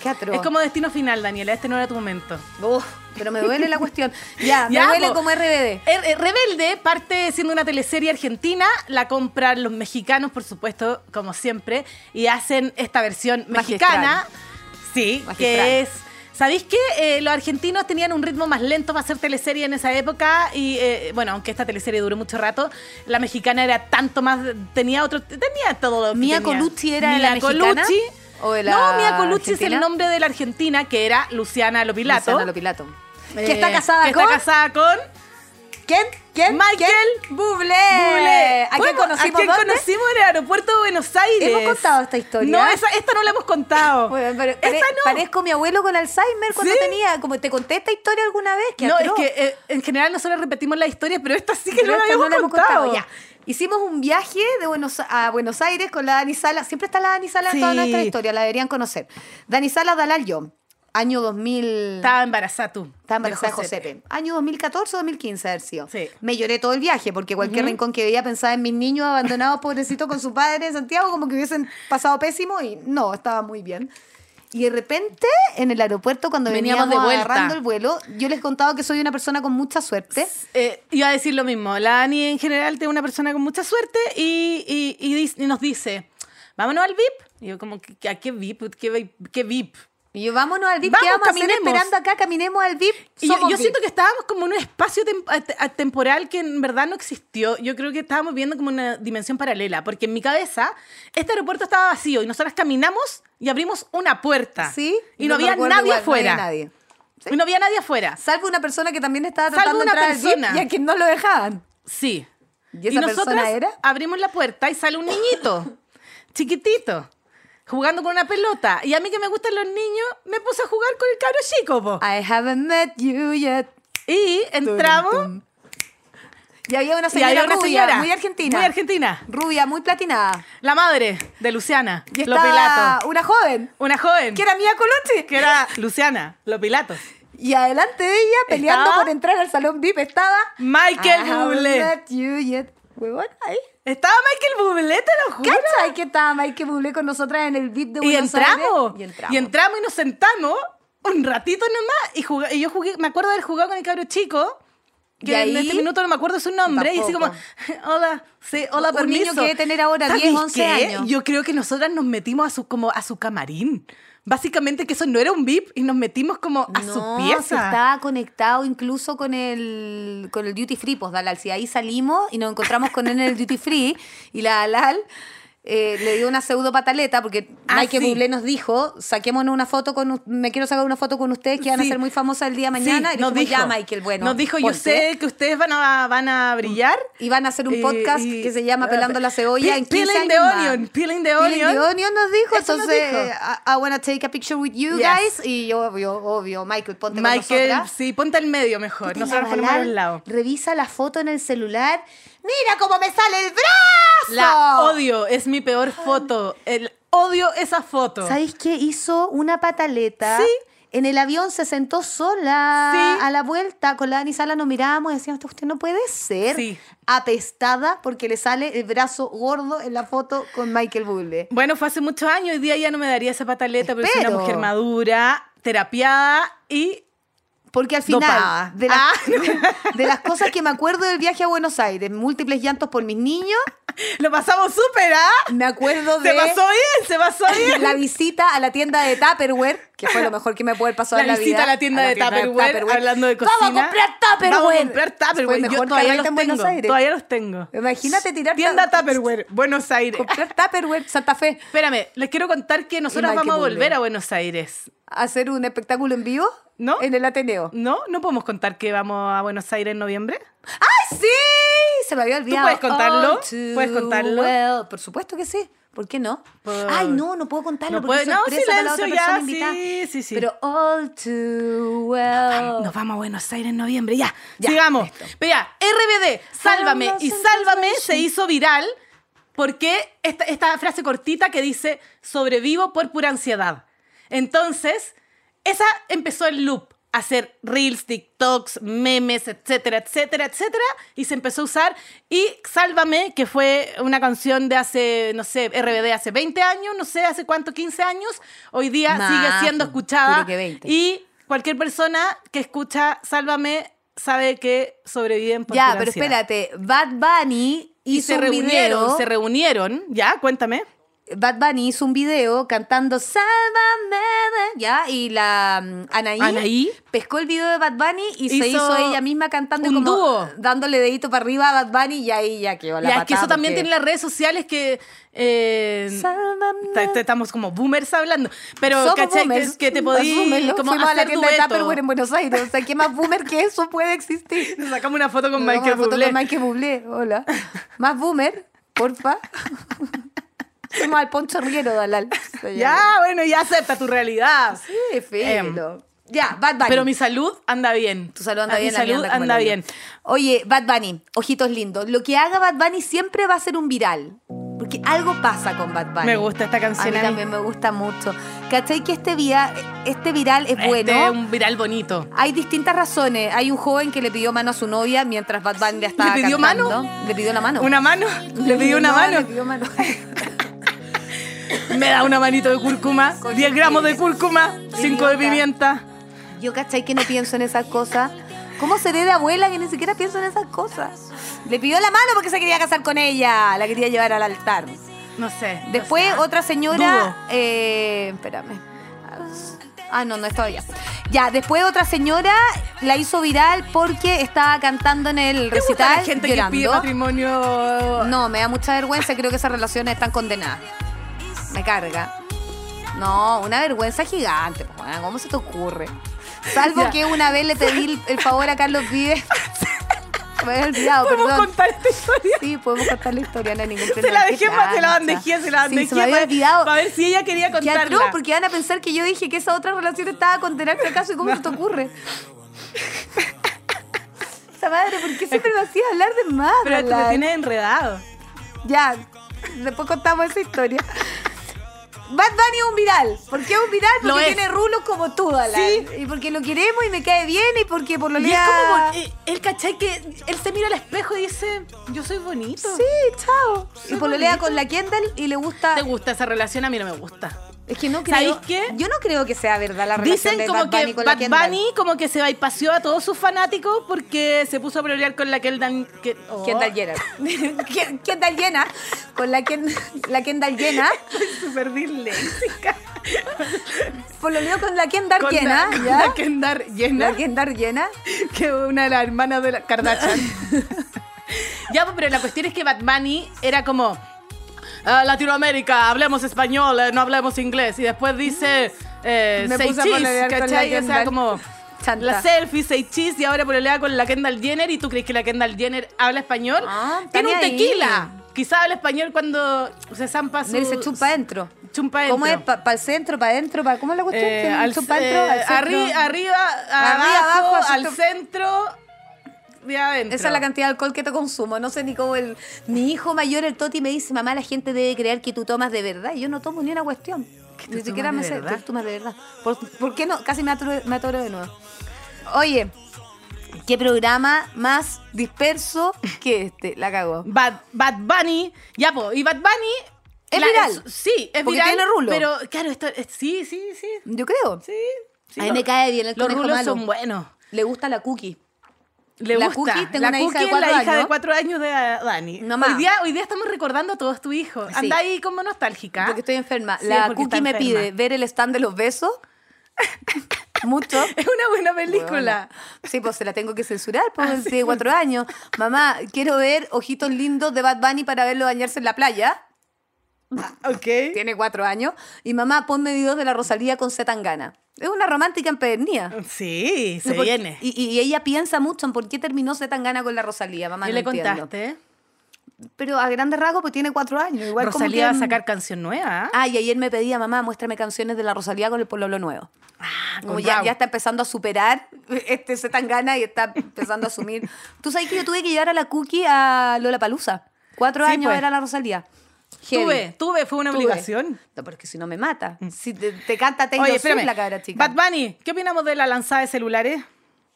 S3: Qué atroz.
S1: Es como destino final, Daniela, este no era tu momento.
S3: Uf, pero me duele la cuestión. Ya,
S1: Ya,
S3: me duele
S1: po.
S3: como RBD.
S1: Er- eh, Rebelde parte siendo una teleserie argentina, la compran los mexicanos, por supuesto, como siempre, y hacen esta versión mexicana. Sí,
S3: Magistral.
S1: que es. ¿Sabéis que los argentinos tenían un ritmo más lento para hacer teleserie en esa época? Y eh, bueno, aunque esta teleserie duró mucho rato, la mexicana era tanto más. tenía otro. tenía todo. lo que
S3: ¿Mía
S1: tenía.
S3: Colucci era de
S1: Mía
S3: la mexicana
S1: Colucci.
S3: o de la
S1: no, Mía Colucci es
S3: argentina?
S1: el nombre de la argentina, que era Luciana Lopilato.
S3: Luciana Lopilato.
S1: eh,
S3: que está casada
S1: que
S3: con...
S1: está casada con.
S3: ¿Quién? ¿Quién?
S1: Michael
S3: ¿Quién? Bublé.
S1: Bule.
S3: ¿A quién
S1: Bueno,
S3: conocimos?
S1: ¿A quién
S3: dónde?
S1: conocimos en el aeropuerto de Buenos Aires?
S3: Hemos contado esta historia.
S1: No, esa- esta no la hemos contado.
S3: Bueno, pero
S1: esta
S3: pare- Parezco mi abuelo con Alzheimer cuando
S1: Sí.
S3: tenía. Como te conté esta historia alguna vez.
S1: no, es
S3: atroz.
S1: que eh, en general nosotros repetimos las historias, pero esta sí que
S3: Pero
S1: no la
S3: esta
S1: habíamos
S3: la hemos
S1: contado.
S3: ya. Hicimos un viaje de Buenos, a Buenos Aires con la Dani Sala. Siempre está la Dani Sala en toda
S1: Sí.
S3: nuestra historia, la deberían conocer. Dani Sala, Dalal, yo. Año 2000.
S1: Estaba embarazada tú.
S3: Estaba embarazada de
S1: Josepe.
S3: Josepe. Año 2014 o 2015 haber sido.
S1: Sí.
S3: Me lloré todo el viaje porque cualquier rincón que veía pensaba en mis niños abandonados, pobrecitos, con su padre en Santiago, como que hubiesen pasado pésimo y no, estaba muy bien. Y de repente, en el aeropuerto, cuando veníamos,
S1: Veníamos de vuelta.
S3: agarrando el vuelo, yo les contaba que soy una persona con mucha suerte.
S1: Eh, iba a decir lo mismo. La Dani en general es una persona con mucha suerte y, y- y dis- y nos dice, vámonos al VIP. Y yo como, ¿qué- ¿a qué VIP? ¿Qué VIP? ¿Qué VIP?
S3: Y yo, vámonos al VIP,
S1: Vamos,
S3: ¿qué vamos a hacer
S1: caminemos.
S3: esperando acá? Caminemos al VIP.
S1: Y yo,
S3: Somos
S1: yo
S3: VIP.
S1: siento que estábamos como en un espacio tem- at- at- temporal que en verdad no existió. Yo creo que estábamos viendo como una dimensión paralela, porque en mi cabeza este aeropuerto estaba vacío y nosotras caminamos y abrimos una puerta.
S3: Sí,
S1: Y no, había
S3: me acuerdo
S1: nadie
S3: igual, no había
S1: afuera.
S3: nadie.
S1: Y no había nadie afuera.
S3: Salvo una persona que también estaba
S1: Salvo
S3: tratando de
S1: una
S3: entrar al VIP
S1: persona.
S3: y a quien no lo dejaban.
S1: Sí.
S3: ¿Y esa
S1: nosotras
S3: persona era?
S1: abrimos la puerta y sale un niñito, chiquitito, jugando con una pelota. Y a mí que me gustan los niños, me puse a jugar con el cabro chico, po.
S3: I haven't met you yet.
S1: Y entramos
S3: Ah. Tum, tum. Y había una
S1: y
S3: señora
S1: había una
S3: rubia,
S1: señora.
S3: muy argentina.
S1: Muy argentina.
S3: Rubia, muy platinada.
S1: La madre de Luciana,
S3: Y
S1: Lo
S3: estaba
S1: Pilato.
S3: una joven,
S1: Una joven.
S3: que era Mía Colucci.
S1: que era Luciana, Lo Pilato.
S3: Y adelante de ella, peleando
S1: Estaba-
S3: por entrar al salón VIP, estaba...
S1: Michael
S3: I haven't
S1: Bublé.
S3: met you yet. Huevón, ahí.
S1: Estaba Michael Bublé, te lo juro.
S3: ¿Cachai que estaba Mike Bublé con nosotras en el VIP de
S1: Y
S3: Buenos
S1: entramos,
S3: Aires?
S1: y entramos. Y nos sentamos un ratito nomás. Y, jugué- y yo jugué, me acuerdo haber jugado con el cabro chico. Que
S3: ¿Y ahí?
S1: en este minuto no me acuerdo su nombre. Y así como,
S3: Tampoco.
S1: hola, sí, hola,
S3: Un
S1: permiso.
S3: niño que debe tener ahora
S1: ¿Sabes
S3: 10, 11
S1: qué?
S3: años.
S1: Yo creo que nosotras nos metimos a su, como a su camarín. Básicamente que eso no era un VIP y nos metimos como a su
S3: No,
S1: pieza.
S3: se estaba conectado incluso con el, con el Duty Free, pues Dalal. Si ahí salimos y nos encontramos con él en el Duty Free y la Dalal eh, le dio una pseudo pataleta porque
S1: Ah,
S3: Mike
S1: sí.
S3: Bublé nos dijo, saquémonos una foto con, u- me quiero sacar una foto con ustedes que van
S1: Sí.
S3: a ser muy famosas el día de mañana.
S1: Sí,
S3: y dijimos, ya Michael, bueno.
S1: Nos dijo, yo
S3: ponte". Mm.
S1: sé que ustedes van a, van a brillar.
S3: Y van a hacer un
S1: Eh,
S3: podcast
S1: y-
S3: que se llama Pelando la
S1: Pe-
S3: cebolla en 15
S1: Peeling
S3: años
S1: the
S3: más.
S1: onion, peeling the
S3: Peeling
S1: onion.
S3: nos dijo,
S1: Eso nos
S3: entonces
S1: dijo.
S3: I, I wanna take a picture with you
S1: Yes.
S3: guys y yo, obvio, obvio, Michael, ponte con
S1: Michael,
S3: nosotras.
S1: sí, ponte al medio mejor.
S3: Puta,
S1: Nosotros
S3: la
S1: ponemos a los
S3: Dalal
S1: lados.
S3: Revisa la foto en el celular. ¡Mira cómo me sale el brazo!
S1: La odio, es mi peor foto. El, odio esa foto.
S3: ¿Sabéis qué? Hizo una pataleta.
S1: Sí.
S3: En el avión se sentó sola
S1: Sí.
S3: a la vuelta. Con la Dani Sala nos mirábamos y decíamos, "Esta usted no puede ser
S1: Sí.
S3: apestada porque le sale el brazo gordo en la foto con Michael Bublé.
S1: Bueno, fue hace muchos años, hoy día ya no me daría esa pataleta, pero soy una
S3: Espero.
S1: mujer madura, terapiada y
S3: Porque al final,
S1: Dopada.
S3: de, las-
S1: Ah.
S3: de las cosas que me acuerdo del viaje a Buenos Aires, múltiples llantos por mis niños,
S1: lo pasamos súper, ¿ah?
S3: me acuerdo de...
S1: Se pasó bien, se pasó bien.
S3: la visita a la tienda de Tupperware, que fue lo mejor que me puede haber pasado en
S1: la
S3: la
S1: visita
S3: vida.
S1: a la tienda de Tupperware, hablando de cocina.
S3: Vamos a comprar Tupperware.
S1: Vamos a comprar
S3: Fue
S1: Tupperware.
S3: el
S1: Yo
S3: mejor
S1: todavía
S3: carrete
S1: los
S3: en Buenos
S1: tengo.
S3: Aires.
S1: Todavía los tengo.
S3: Imagínate tirar
S1: Tienda
S3: ta-
S1: Tupperware, Buenos Aires.
S3: Comprar Tupperware Santa Fe,
S1: Espérame, les quiero contar que nosotros
S3: Michael
S1: vamos a volver
S3: Bublé.
S1: a Buenos Aires.
S3: hacer un espectáculo en vivo
S1: ¿No?
S3: en el Ateneo.
S1: ¿No? ¿No podemos contar que vamos a Buenos Aires en noviembre?
S3: ¡Ay, sí! Se me había olvidado.
S1: puedes contarlo?
S3: All too
S1: ¿Puedes contarlo?
S3: well. Por supuesto que sí. ¿Por qué no?
S1: Por-
S3: Ay, no, no puedo contarlo
S1: No puede-
S3: porque es
S1: no,
S3: sorpresa para la otra
S1: silencio
S3: persona
S1: ya,
S3: invitada.
S1: sí, sí, sí.
S3: Pero all too well.
S1: Nos vamos a Buenos Aires en noviembre, ya.
S3: Ya,
S1: Sigamos. Pero ya, RBD, Sálvame y Sálvame se hizo viral porque esta, esta frase cortita que dice sobrevivo por pura ansiedad. Entonces, esa empezó el loop a hacer reels, TikToks, memes, etcétera, etcétera, etcétera, y se empezó a usar. Y Sálvame, que fue una canción de hace, no sé, RBD hace 20 años, no sé, hace cuánto, 15 años, hoy día
S3: Más,
S1: sigue siendo escuchada.
S3: creo que 20.
S1: Y cualquier persona que escucha Sálvame sabe que sobreviven por
S3: Ya,
S1: pura
S3: pero
S1: ansiedad.
S3: espérate, Bad Bunny hizo
S1: Y se
S3: un
S1: reunieron,
S3: video.
S1: se reunieron, ya, cuéntame.
S3: Bad Bunny hizo un video cantando Sálvame, de-", ya, y la mm, Anaí,
S1: Anaí.
S3: pescó el video de Bad Bunny y se
S1: Hizo
S3: hizo ella misma cantando
S1: un
S3: como
S1: dúo.
S3: dándole dedito para arriba a Bad Bunny y ahí ya quedó la
S1: ya,
S3: patada.
S1: es que eso también
S3: porque-
S1: tiene las redes sociales que... eh,
S3: Sálvame.
S1: ta- ta- Estamos como boomers hablando, pero
S3: Somos
S1: ¿cachai? Que-
S3: boomers,
S1: Que, te podí
S3: asúmelo.
S1: como
S3: Fuimos a la
S1: hacer
S3: tienda de Tupperware en
S1: dueto.
S3: Buenos Aires, o sea, ¿qué más boomer que eso puede existir?
S1: Nos sacamos una foto con
S3: Nos
S1: Michael
S3: vamos a
S1: Bublé.
S3: foto con Michael Bublé, hola. Más boomer, porfa. Fuimos al Poncho Riero, Dalal. Se
S1: Ya,
S3: llama.
S1: bueno, ya acepta tu realidad.
S3: Sí, filo. ya, Bad Bunny.
S1: Em, Pero mi salud anda bien.
S3: Tu salud anda
S1: Ah,
S3: bien.
S1: Mi
S3: la mía
S1: salud
S3: como el
S1: anda
S3: hoyo.
S1: bien.
S3: Oye, Bad Bunny, ojitos lindos. Lo que haga Bad Bunny siempre va a ser un viral. Porque algo pasa con Bad Bunny.
S1: Me gusta esta
S3: A
S1: canción.
S3: mí
S1: a mí.
S3: también me gusta mucho. ¿Cachai que este, via- este viral es
S1: Este
S3: bueno?
S1: es un viral bonito.
S3: Hay distintas razones. Hay un joven que le pidió mano a su novia mientras Bad Bunny le estaba
S1: ¿Le pidió
S3: cantando.
S1: mano?
S3: Le pidió la mano.
S1: ¿Una mano? Le pidió una
S3: No, Le
S1: mano.
S3: pidió mano.
S1: Me da una manito de cúrcuma, 10 gramos de cúrcuma, 5 de pimienta.
S3: Yo, ¿cachai? Que no pienso en esas cosas. ¿Cómo seré de abuela que ni siquiera pienso en esas cosas? Le pidió la mano porque se quería casar con ella, la quería llevar al altar.
S1: No sé. no
S3: Después
S1: sé.
S3: otra
S1: Dudo.
S3: señora. eh, espérame. Ah, no, no es todavía. Ya, después otra señora la hizo viral porque estaba cantando en el
S1: ¿Te gusta
S3: recital.
S1: la gente
S3: llorando.
S1: que pide matrimonio?
S3: No, me da mucha vergüenza, creo que esas relaciones están condenadas. Me carga. No, una vergüenza gigante. pues, weón, ¿Cómo se te ocurre? Salvo
S1: Ya.
S3: que una vez le pedí el- el favor a Carlos Vives. Me había olvidado,
S1: ¿Podemos
S3: perdón.
S1: contar esta historia?
S3: Sí, podemos contar la historia, no hay ningún
S1: Se la
S3: problema.
S1: dejé,
S3: Qué
S1: pa- se la
S3: plancha.
S1: bandejé, se la
S3: Sí,
S1: bandejé.
S3: se me había
S1: pa-
S3: olvidado.
S1: Para ver si ella quería
S3: Qué
S1: contarla.
S3: atroz, porque van a pensar que yo dije que esa otra relación estaba condenada al fracaso. ¿Y cómo se te ocurre? Esa madre, ¿por qué siempre me hacía hablar de más?
S1: Pero tú lo
S3: Alan?
S1: tienes enredado.
S3: Ya, después contamos esa historia. Bad Bunny es un viral. ¿Por qué es un viral?
S1: Lo
S3: Porque
S1: es.
S3: tiene rulos como tú, Alan.
S1: Sí.
S3: Y porque lo queremos y me cae bien y porque por lo
S1: Y es
S3: lea-
S1: como, eh, él cachai que él se mira al espejo y dice, yo soy bonito.
S3: Sí, chao.
S1: Sí,
S3: Y por lo lea con la Kendall y le gusta.
S1: ¿Te gusta esa relación? A mí no me gusta.
S3: Es que no creo.
S1: ¿Sabéis qué?
S3: Yo no creo que sea verdad la relación
S1: Dicen
S3: de
S1: como
S3: Bad Bunny
S1: que
S3: con la
S1: Bad
S3: Kendall.
S1: Bunny como que se bypaseó a todos sus fanáticos porque se puso a pelear con la Kendall... Que, oh.
S3: Kendall Jenner. Ken- Kendall Jenner. Con la, Ken- la Kendall Jenner.
S1: Súper disléxica.
S3: Por lo leo con la Kendall
S1: Con
S3: Jenner.
S1: la, con
S3: ¿ya?
S1: la Kendall llena.
S3: La Kendall Jenner.
S1: que una de las hermanas de la Kardashian. ya, pues, pero la cuestión es que Bad Bunny era como "Ah, Latinoamérica, hablemos español, eh, no hablemos inglés. Y después dice eh,
S3: Mm. Me
S1: "Say
S3: puse a
S1: cheese",
S3: pololear con
S1: ¿cachai?
S3: la
S1: O sea,
S3: Kendall.
S1: como
S3: Chanta.
S1: la selfie, seis cheese, y ahora pololea con la Kendall Jenner. ¿Y tú crees que la Kendall Jenner habla español?
S3: Ah,
S1: Tiene un
S3: están ahí.
S1: tequila. Quizá habla español cuando se zampa su...
S3: Me dice chupa adentro.
S1: Chumpa
S3: ¿Cómo es?
S1: adentro.
S3: ¿Para el centro? ¿Para adentro? Pa, ¿Cómo es la cuestión?
S1: Eh,
S3: Pues ¿Tiene
S1: al-
S3: chupa
S1: eh,
S3: adentro? al centro?
S1: arri- arriba,
S3: Arriba,
S1: abajo,
S3: abajo, hacia
S1: al
S3: tu-
S1: centro y adentro.
S3: Esa es la cantidad de alcohol que te consumo. No sé ni cómo el. Mi hijo mayor, el Toti, me dice: Mamá, la gente debe creer que tú tomas de verdad. Y yo no tomo ni una cuestión.
S1: tú
S3: Ni siquiera
S1: tomas
S3: me
S1: de
S3: sé.
S1: verdad?
S3: Tú tomas de verdad. ¿Por, por qué no? Casi me atoro, me atoro de nuevo. Oye, ¿qué programa más disperso que este? La cagó.
S1: Bad, Bad Bunny, ya po, y Bad Bunny...
S3: Es viral.
S1: sí, es
S3: Porque
S1: viral.
S3: tiene rulo.
S1: Pero claro, esto, es- sí, sí, sí,
S3: Yo creo.
S1: sí. sí,
S3: A mí
S1: lo-
S3: me cae bien el
S1: Los
S3: conejo
S1: rulos
S3: malo.
S1: son buenos.
S3: Le gusta la cookie.
S1: Le
S3: La
S1: gusta.
S3: Cookie, tengo
S1: la
S3: una hija
S1: Cookie
S3: de
S1: es
S3: cuatro
S1: la hija de
S3: años.
S1: cuatro años de ah, Dani.
S3: No más.
S1: Hoy día, hoy día estamos recordando a todos tus hijos.
S3: Sí.
S1: Anda ahí como nostálgica.
S3: Porque estoy enferma.
S1: ¿Ah? Sí,
S3: la
S1: porque está
S3: cookie me
S1: enferma.
S3: pide ver el stand de los besos. Mucho.
S1: Es una buena película. Ah,
S3: Bueno. Sí, pues se la tengo que censurar, pues tiene cuatro años. Mamá, quiero ver ojitos lindos de Bad Bunny para verlo bañarse en la playa.
S1: Ok.
S3: Tiene cuatro años. Y mamá, ponme videos de la Rosalía con Zetangana. Es una romántica empedernida.
S1: Sí, se
S3: Por-
S1: viene.
S3: Y, y ella piensa mucho en por qué terminó Zetangana con la Rosalía, mamá.
S1: ¿Y
S3: no
S1: le
S3: entiendo.
S1: contaste?
S3: Pero a grandes rasgos, pues tiene cuatro años. Igual como
S1: Rosalía va
S3: que-
S1: a sacar canción nueva.
S3: Ah, y ayer me pedía, mamá, muéstrame canciones de la Rosalía con el Pololo Nuevo. Como
S1: Ah, con
S3: ya,
S1: Raúl.
S3: ya está empezando a superar este Zetangana y está empezando a asumir. Tú sabes que yo tuve que llevar a la Cookie a Lola Palusa. Cuatro
S1: Sí,
S3: años
S1: pues.
S3: era la Rosalía. Heavy.
S1: Tuve, tuve, Mm. fue una
S3: Tuve.
S1: obligación.
S3: No, porque si no me mata. Si te, te canta Taylor
S1: Oye,
S3: Swift,
S1: espérame.
S3: la cabra chica.
S1: Bad Bunny, ¿qué opinamos de la lanzada de celulares?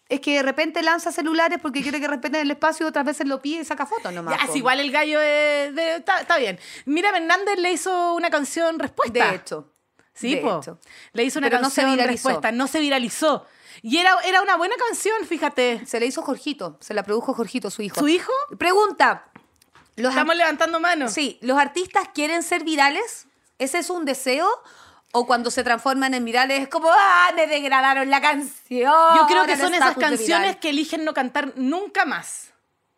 S3: Es que de repente lanza celulares porque quiere que respeten el espacio y otras veces lo pide y saca fotos nomás.
S1: Ya,
S3: po.
S1: si igual el gallo es de- está, está bien. Mira, Hernández le hizo una canción respuesta.
S3: De hecho.
S1: Sí,
S3: de
S1: po.
S3: hecho.
S1: Le hizo una
S3: Pero no se
S1: canción
S3: viralizó.
S1: respuesta. No se viralizó. Y era, era una buena canción, fíjate.
S3: Se la hizo Jorgito. Se la produjo Jorgito, su hijo.
S1: ¿Su hijo?
S3: Pregunta. Los
S1: Estamos levantando manos.
S3: Sí, ¿los artistas quieren ser virales? ¿Ese es un deseo? ¿O cuando se transforman en virales es como, ah, me degradaron la canción?
S1: Yo creo que
S3: el
S1: son esas
S3: estatus de
S1: canciones
S3: viral"?
S1: que eligen no cantar nunca más.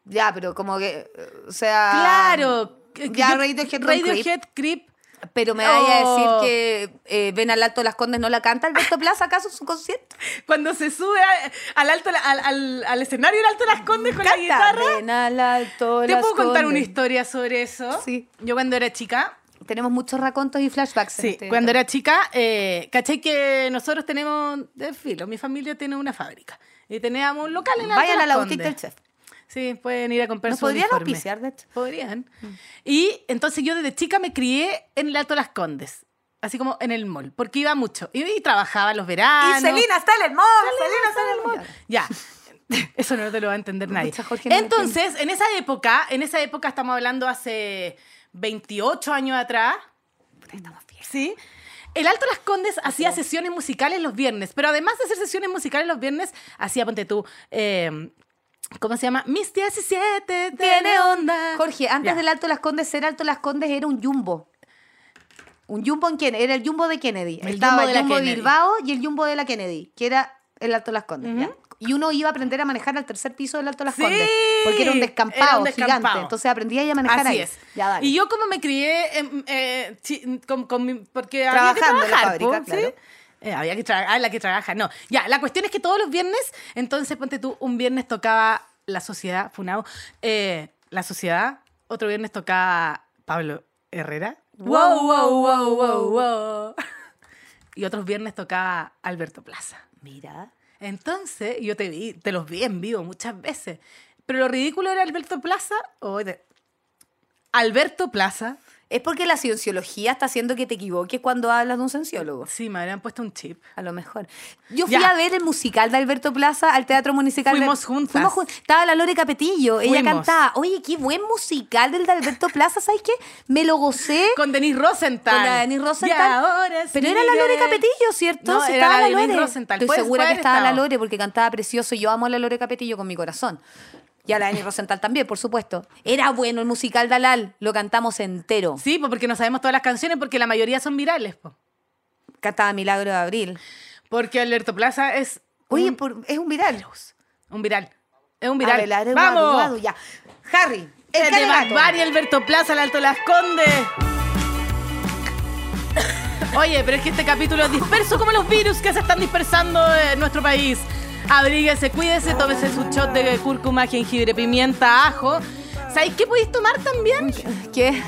S3: Ya, pero como que, eh, o sea...
S1: Claro.
S3: ya,
S1: Yo-
S3: Radiohead con
S1: Radiohead Creep.
S3: Pero me vaya
S1: Oh.
S3: a decir que eh, ven al Alto de las Condes, no la canta Alberto Plaza, ¿acaso en su concierto?
S1: Cuando se sube a- al, alto, al, al- al escenario, el alto las condes con la guitarra.
S3: Ven al Alto de
S1: ¿Te
S3: las
S1: puedo contar
S3: Condes.
S1: una historia sobre eso?
S3: Sí.
S1: Yo cuando era chica,
S3: Tenemos muchos racontos y flashbacks. en
S1: sí,
S3: este-
S1: cuando era chica, eh, caché que nosotros tenemos, de filo, mi familia tiene una fábrica y teníamos un local en Alto
S3: Vayan a la
S1: Las
S3: boutique del
S1: Condes.
S3: chef.
S1: Sí, pueden ir a comprar
S3: ¿Nos
S1: su
S3: podrían
S1: uniforme.
S3: auspiciar, de hecho?
S1: Podrían. Y entonces yo desde chica me crié en el Alto Las Condes, así como en el mall, porque iba mucho. Y, y trabajaba los veranos.
S3: y Celina está en el mall. Celina Ah, está en el mall.
S1: Ya. Eso no te lo va a entender nadie.
S3: Pucha, Jorge, no lo
S1: Entonces, en esa época, en esa época estamos hablando hace 28 años atrás. Sí. El Alto Las Condes hacía sesiones musicales los viernes, pero además de hacer sesiones musicales los viernes, hacía, ponte tú, eh, ¿Cómo se llama? Mis 17 tiene onda.
S3: Jorge, antes
S1: Ya.
S3: del Alto Las Condes, ser Alto Las Condes era un jumbo. ¿Un jumbo en quién? Era el jumbo de Kennedy.
S1: El
S3: Estaba
S1: jumbo de
S3: el
S1: la
S3: jumbo de
S1: Kennedy.
S3: Bilbao y el jumbo de la Kennedy, que era el Alto Las Condes.
S1: Ujú.
S3: ¿ya? Y uno iba a aprender a manejar al tercer piso del Alto Las
S1: Sí,
S3: Condes. Porque era un descampado,
S1: era un
S3: gigante.
S1: descampado.
S3: Entonces aprendía ya a manejar
S1: Así
S3: ahí.
S1: es.
S3: Ya, dale.
S1: Y yo como me crié em, eh, chi- con, con mi- porque
S3: Trabajando
S1: había
S3: en
S1: que
S3: la
S1: trabajar,
S3: fábrica,
S1: po, ¿sí?
S3: claro.
S1: Eh, había que trabajar, ah, la que trabaja, no. Ya, la cuestión es que todos los viernes, entonces ponte tú, un viernes tocaba La Sociedad, Funao, eh, La Sociedad, otro viernes tocaba Pablo Herrera.
S3: Wow, wow, wow, wow,
S1: wow. Y otros viernes tocaba Alberto Plaza.
S3: Mira.
S1: Entonces, yo te vi, te los vi en vivo muchas veces. Pero lo ridículo era Alberto Plaza. o de- Alberto Plaza.
S3: Es porque la cienciología está haciendo que te equivoques cuando hablas de un cienciólogo.
S1: Sí, me habrían puesto un chip.
S3: A lo mejor. Yo fui
S1: Ya.
S3: a ver el musical de Alberto Plaza al Teatro Municipal. de-
S1: Fuimos juntas.
S3: Fuimos jun- Estaba la Lore Capetillo. Ella
S1: Fuimos.
S3: cantaba. Oye, qué buen musical del de Alberto Plaza. ¿Sabes qué? Me lo gocé.
S1: Con Denise Rosenthal.
S3: Con la Denise Rosenthal.
S1: Y ahora sí
S3: Pero era la Lore
S1: llegué.
S3: Capetillo, ¿cierto?
S1: No,
S3: Sí,
S1: era la
S3: estaba la,
S1: Denise
S3: Lore.
S1: Rosenthal.
S3: Estoy
S1: Puede-
S3: segura
S1: puede
S3: que
S1: haber
S3: estaba la
S1: estado.
S3: Lore porque cantaba precioso. Yo amo a la Lore Capetillo con mi corazón. Y a la Denise Rosenthal también, por supuesto. Era bueno el musical de Alal. Lo cantamos entero.
S1: Sí, pues porque no sabemos todas las canciones, porque la mayoría son virales. po.
S3: Cantaba Milagro de Abril.
S1: Porque Alberto Plaza es
S3: Oye,
S1: un,
S3: por- es un viral.
S1: un viral. Es un viral.
S3: Abelardo,
S1: ¡Vamos!
S3: Abelardo, ya. Harry, el,
S1: El de
S3: Gato.
S1: Barbari, Alberto Plaza, el Alto Las Condes. Oye, pero es que este capítulo es disperso como los virus que se están dispersando en nuestro país. Abríguese, cuídese, tómese su shot de cúrcuma, jengibre, pimienta, ajo. ¿Sabéis qué podéis tomar también?
S3: ¿Qué?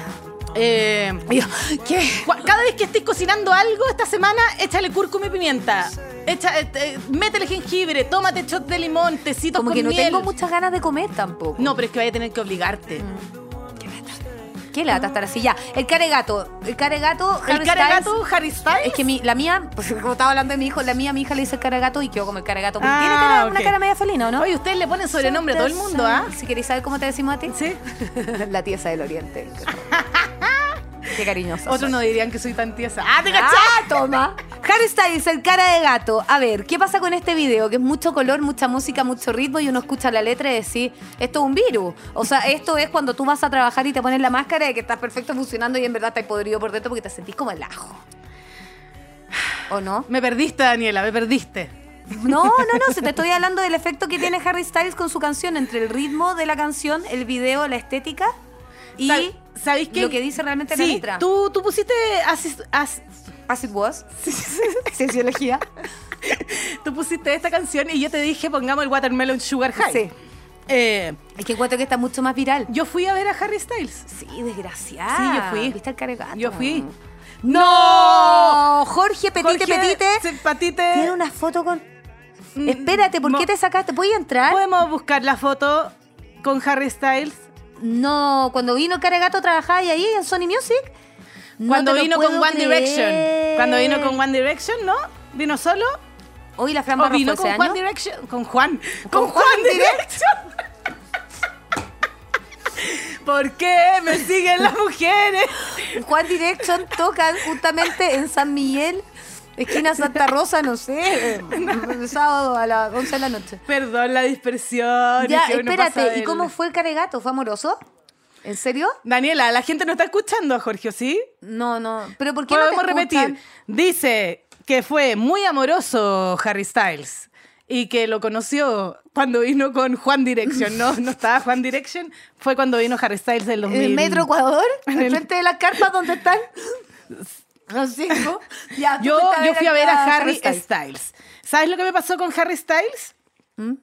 S1: Eh,
S3: Yo, ¿Qué?
S1: cu- cada vez que estés cocinando algo esta semana, échale cúrcuma y pimienta. Echa, eh, eh, métele jengibre, tómate shot de limón, tecitos
S3: Como
S1: con
S3: que no
S1: miel.
S3: tengo Mm. muchas ganas de comer tampoco.
S1: No, pero es que vaya a tener que obligarte.
S3: ¿Qué lata estar así? Ya, el care gato. El care gato,
S1: Ah. El
S3: Harry
S1: cara
S3: Styles.
S1: gato, Harry Styles.
S3: Es que mi- la mía, pues como estaba hablando de mi hijo, la mía, mi hija le dice el cara gato y quedó como el cara gato. porque
S1: Ah,
S3: tiene cara- una
S1: ok.
S3: cara media felina, ¿o ¿no?
S1: Oye, ustedes le ponen sobrenombre a todo el mundo, ¿ah?
S3: Si queréis saber cómo te decimos a ti.
S1: Sí.
S3: la tiesa del oriente. Qué cariñoso.
S1: Otros no dirían que soy tan tiesa. ¡Ah, te cachai!
S3: ¡Ah, toma! Harry Styles, el cara de gato. A ver, ¿qué pasa con este video? Que es mucho color, mucha música, mucho ritmo y uno escucha la letra y decís, esto es un virus. O sea, esto es cuando tú vas a trabajar y te pones la máscara de que estás perfecto funcionando y en verdad estás podrido por dentro porque te sentís como el ajo. ¿O no?
S1: Me perdiste, Daniela, me perdiste.
S3: No, no, no, se te estoy hablando del efecto que tiene Harry Styles con su canción, entre el ritmo de la canción, el video, la estética y
S1: Sab- ¿Sabéis qué?
S3: lo que dice realmente
S1: sí,
S3: la letra.
S1: Tú, tú pusiste. asis- as-
S3: As it was. Cienciología.
S1: tú pusiste esta canción y yo te dije, pongamos el Watermelon Sugar High.
S3: Sí.
S1: Eh,
S3: Es que encuentro que está mucho más viral.
S1: yo fui a ver a Harry Styles.
S3: Sí, desgraciada.
S1: Sí, yo fui.
S3: ¿Viste al caregato?
S1: Yo fui.
S3: Ah, ¡No! Jorge, petite,
S1: Jorge,
S3: petite.
S1: sí, Patite.
S3: Tiene una foto con...
S1: Mm,
S3: Espérate, ¿por
S1: mo-
S3: qué te sacaste? ¿Puedes entrar?
S1: Podemos buscar la foto con Harry Styles.
S3: No, cuando vino Caregato trabajaba y ahí en Sony Music. No
S1: cuando
S3: te lo
S1: vino con
S3: puedo
S1: One Direction.
S3: creer.
S1: Cuando vino con One Direction, ¿no? Vino solo.
S3: Hoy la Fran
S1: O
S3: Barro
S1: Oh, vino
S3: fue
S1: con
S3: ese
S1: Juan
S3: año.
S1: Direction. Con Juan. Con,
S3: Juan
S1: Juan, Direction. ¿Por qué me siguen las mujeres?
S3: Juan Direction tocan justamente en San Miguel, esquina Santa Rosa, no sé, el sábado a las 11 de la noche.
S1: Perdón la dispersión.
S3: Ya,
S1: es que uno pasa
S3: espérate, ¿y
S1: del-
S3: cómo fue el caregato? ¿Fue amoroso? ¿En serio?
S1: Daniela, la gente no está escuchando a Jorge, ¿o ¿sí?
S3: No, no. ¿Pero por qué no te
S1: Podemos repetir.
S3: escuchan?
S1: Dice que fue muy amoroso Harry Styles y que lo conoció cuando vino con Juan Direction. No, no estaba Juan Direction. Fue cuando vino Harry Styles del 2000.
S3: ¿El Metro Ecuador?
S1: En
S3: ¿Al
S1: el-
S3: frente de las carpas donde están? Los cinco. Ya, tú
S1: Yo,
S3: fuiste
S1: yo fui a ver a Harry
S3: Styles.
S1: Styles. ¿Sabes lo que me pasó con Harry Styles?
S3: ¿Mm?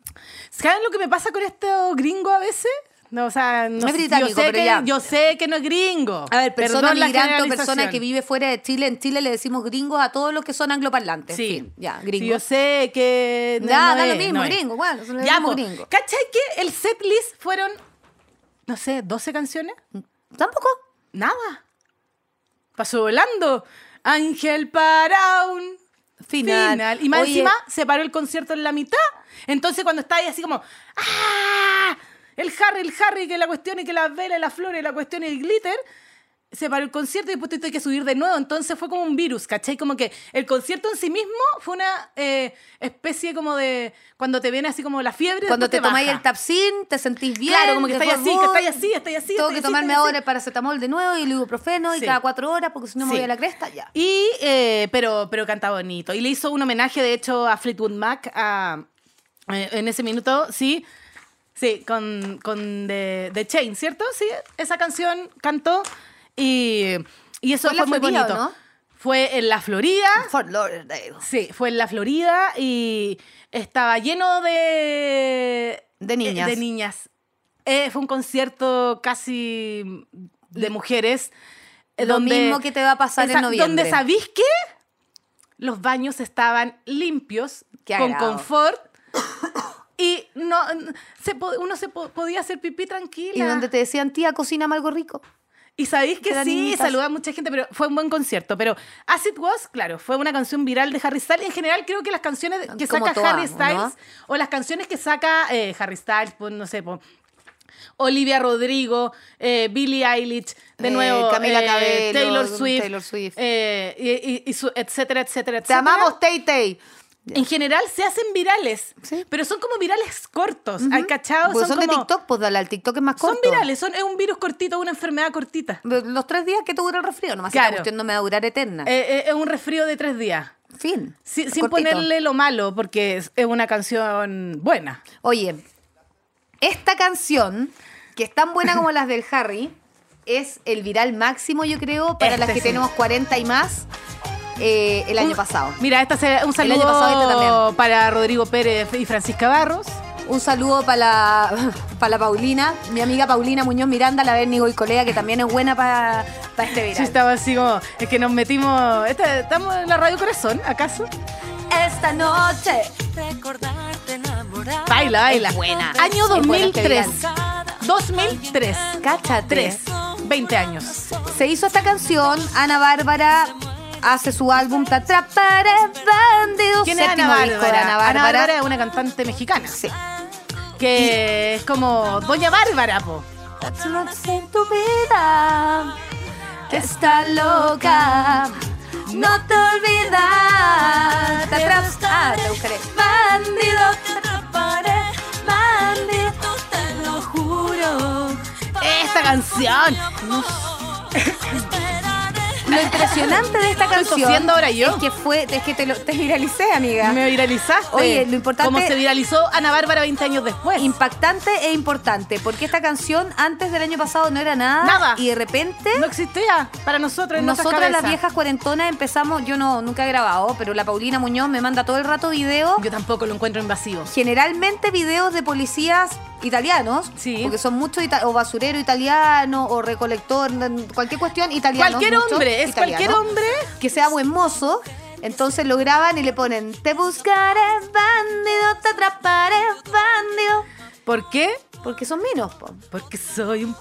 S1: ¿Sabes lo que me pasa con estos gringos a veces? No, o sea, no
S3: Es
S1: sé-
S3: británico,
S1: yo, sé
S3: pero
S1: que,
S3: ya.
S1: yo sé que no es gringo.
S3: A ver, persona
S1: Perdón la
S3: migrante o persona
S1: generalización.
S3: que vive fuera de Chile, en Chile le decimos gringos a todos los que son angloparlantes.
S1: Sí.
S3: Fin. Ya,
S1: Sí, yo
S3: gringos.
S1: sé que. no-
S3: Ya,
S1: no
S3: da lo
S1: es,
S3: mismo,
S1: no es.
S3: gringo, bueno, se lo
S1: Ya, pues,
S3: llamamos
S1: po.
S3: gringo.
S1: ¿Cachai que el set list fueron, no sé, 12 canciones?
S3: Tampoco.
S1: Nada. Pasó volando. Ángel para un
S3: Final.
S1: final. Y más
S3: Oye.
S1: encima se paró el concierto en la mitad. Entonces cuando está ahí así como, ¡ah! El Harry, el Harry, que la cuestión y que las velas, y las flores, la cuestión y el glitter. se paró el concierto y después tuve que subir de nuevo. Entonces fue como un virus, ¿cachai? Como que el concierto en sí mismo fue una eh, especie como de cuando te viene así como la fiebre.
S3: Cuando
S1: después
S3: te tomáis
S1: baja.
S3: el tapsin, te sentís bien.
S1: Claro, como que estáis
S3: después
S1: así, que
S3: voy,
S1: estáis así, estáis así.
S3: Tengo
S1: estáis
S3: que
S1: así,
S3: tomarme
S1: estáis así.
S3: ahora el paracetamol de nuevo y el ibuprofeno
S1: Sí.
S3: y cada cuatro horas porque si no me
S1: Sí.
S3: voy a la cresta, ya.
S1: Y, eh, pero, pero canta bonito. Y le hizo un homenaje, de hecho, a Fleetwood Mac a- eh, en ese minuto, sí. Sí, con, con The, The Chain, ¿cierto? Sí, esa canción cantó y, y eso
S3: Fue en
S1: fue,
S3: la
S1: muy
S3: Florida,
S1: bonito.
S3: ¿o no?
S1: Fue en la Florida.
S3: Fort Lauderdale.
S1: Sí, fue en la Florida y estaba lleno de...
S3: De niñas.
S1: eh, De niñas. Eh, fue un concierto casi de mujeres. eh,
S3: Lo
S1: donde-
S3: mismo que te va a pasar
S1: Esa-
S3: en noviembre.
S1: Donde, ¿sabís qué? Los baños estaban limpios,
S3: Qué
S1: con
S3: agrado.
S1: confort. Y no, se po- uno se po- podía hacer pipí tranquila.
S3: Y donde te decían, tía, cocíname algo rico.
S1: Y sabéis que
S3: Eran
S1: sí,
S3: niñitas.
S1: saludaba a mucha gente, pero fue un buen concierto. Pero As It Was, claro, fue una canción viral de Harry Styles. En general, creo que las canciones que
S3: Como
S1: saca
S3: todas,
S1: Harry
S3: ¿no?
S1: Styles, o las canciones que saca eh, Harry Styles, pues, no sé, pues, Olivia Rodrigo, eh, Billie Eilish, de
S3: Eh,
S1: nuevo,
S3: Camila
S1: eh,
S3: Cabello,
S1: Taylor Swift,
S3: Taylor Swift.
S1: eh, y, y- y su- etcétera, etcétera, etcétera.
S3: Te amamos, Tay Tay.
S1: En general se hacen virales,
S3: Sí.
S1: pero son como virales cortos, ¿hay cachado?
S3: Porque son, de
S1: como-
S3: TikTok, pues dale al TikTok es más corto.
S1: Son virales, son, es un virus cortito, una enfermedad cortita.
S3: Los tres días que te dura el resfrío, nomás
S1: Claro.
S3: esta cuestión no me va a durar eterna.
S1: Eh, eh, es un resfrío de tres días.
S3: fin.
S1: Si- Sin,
S3: Cortito.
S1: ponerle lo malo, porque es es una canción buena.
S3: Oye, esta canción, que es tan buena como las del Harry, es el viral máximo, yo creo, para
S1: Este
S3: las que
S1: sí.
S3: tenemos 40 y más eh, el año
S1: Un-
S3: pasado.
S1: Mira, esta se- un
S3: año
S1: saludo
S3: pasado este también.
S1: para Rodrigo Pérez y Francisca Barros.
S3: Un saludo para la, para la Paulina, mi amiga Paulina Muñoz Miranda, la Berni colega que también es buena para este
S1: Yo
S3: viral.
S1: estaba así como, es que nos metimos. esta- ¿Estamos en la Radio Corazón, acaso?
S3: Esta noche.
S4: Recordarte enamorada.
S1: Baila, baila.
S3: Ah, Es buena.
S1: Año
S3: Es buena este
S1: 2003.
S3: viral.
S1: 2003.
S3: Cáchate.
S1: 3. 20 años.
S3: Se hizo esta canción, Ana Bárbara hace su álbum Te atraparé, bandido,
S1: ¿Quién es
S3: séptimo
S1: Ana
S3: disco de
S1: Bárbara?
S3: Ana Bárbara.
S1: es una cantante mexicana.
S3: Sí.
S1: Que es como Doña Bárbara, po.
S3: Tú no sé tu vida, que está loca. No te olvidas, te atrapas- ah, te buscaré.
S4: Bandido te atraparé, bandido te lo juro.
S1: Esta canción.
S3: Lo impresionante de esta
S1: Estoy
S3: canción
S1: tosiendo ahora yo.
S3: es que fue, es que te, lo, te viralicé, amiga.
S1: Me viralizaste.
S3: Oye, lo importante-
S1: Como se viralizó Ana Bárbara 20 años después.
S3: Impactante e importante, porque esta canción antes del año pasado no era nada,
S1: Nada.
S3: y de repente
S1: no existía para nosotros en
S3: nosotras
S1: nuestras
S3: las
S1: cabezas.
S3: viejas cuarentonas empezamos, yo no nunca he grabado, pero la Paulina Muñoz me manda todo el rato videos
S1: Yo tampoco lo encuentro invasivo.
S3: generalmente videos de policías italianos,
S1: Sí.
S3: porque son muchos ita- o basurero italiano o recolector, n- cualquier cuestión italiano.
S1: Cualquier hombre, es cualquier hombre.
S3: que sea buen mozo. Entonces lo graban y le ponen, te buscaré, bandido, te atraparé, bandido.
S1: ¿Por qué?
S3: Porque son minos, po.
S1: Porque soy un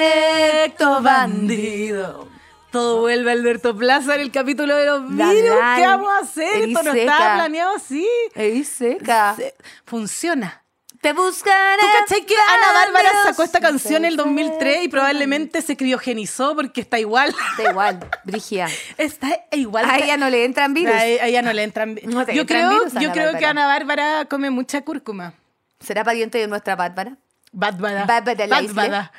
S1: perfecto bandido. Todo vuelve a Alberto Plaza en el capítulo de los
S3: La
S1: virus.
S3: la-
S1: ¿Qué vamos a hacer? Esto no
S3: Eriseca.
S1: estaba planeado así.
S3: Ey, seca.
S1: Se- Funciona.
S3: Te buscaré.
S1: ¿Tú cachai que Ana Bárbara
S3: bandido".
S1: sacó esta canción en el
S3: Te
S1: 2003 y probablemente se criogenizó porque está igual?
S3: buscaré. Da igual, Brigia.
S1: Está igual.
S3: A
S1: que-
S3: ella no le entran virus.
S1: A e- a ella no le entran. vi-
S3: No te
S1: yo
S3: entran
S1: creo,
S3: virus,
S1: yo
S3: Ana
S1: creo que
S3: Bárbara.
S1: Ana Bárbara come mucha cúrcuma.
S3: ¿Será pariente de nuestra Bárbara?
S1: Bárbara.
S3: Bárbara la isla.
S1: Bárbara.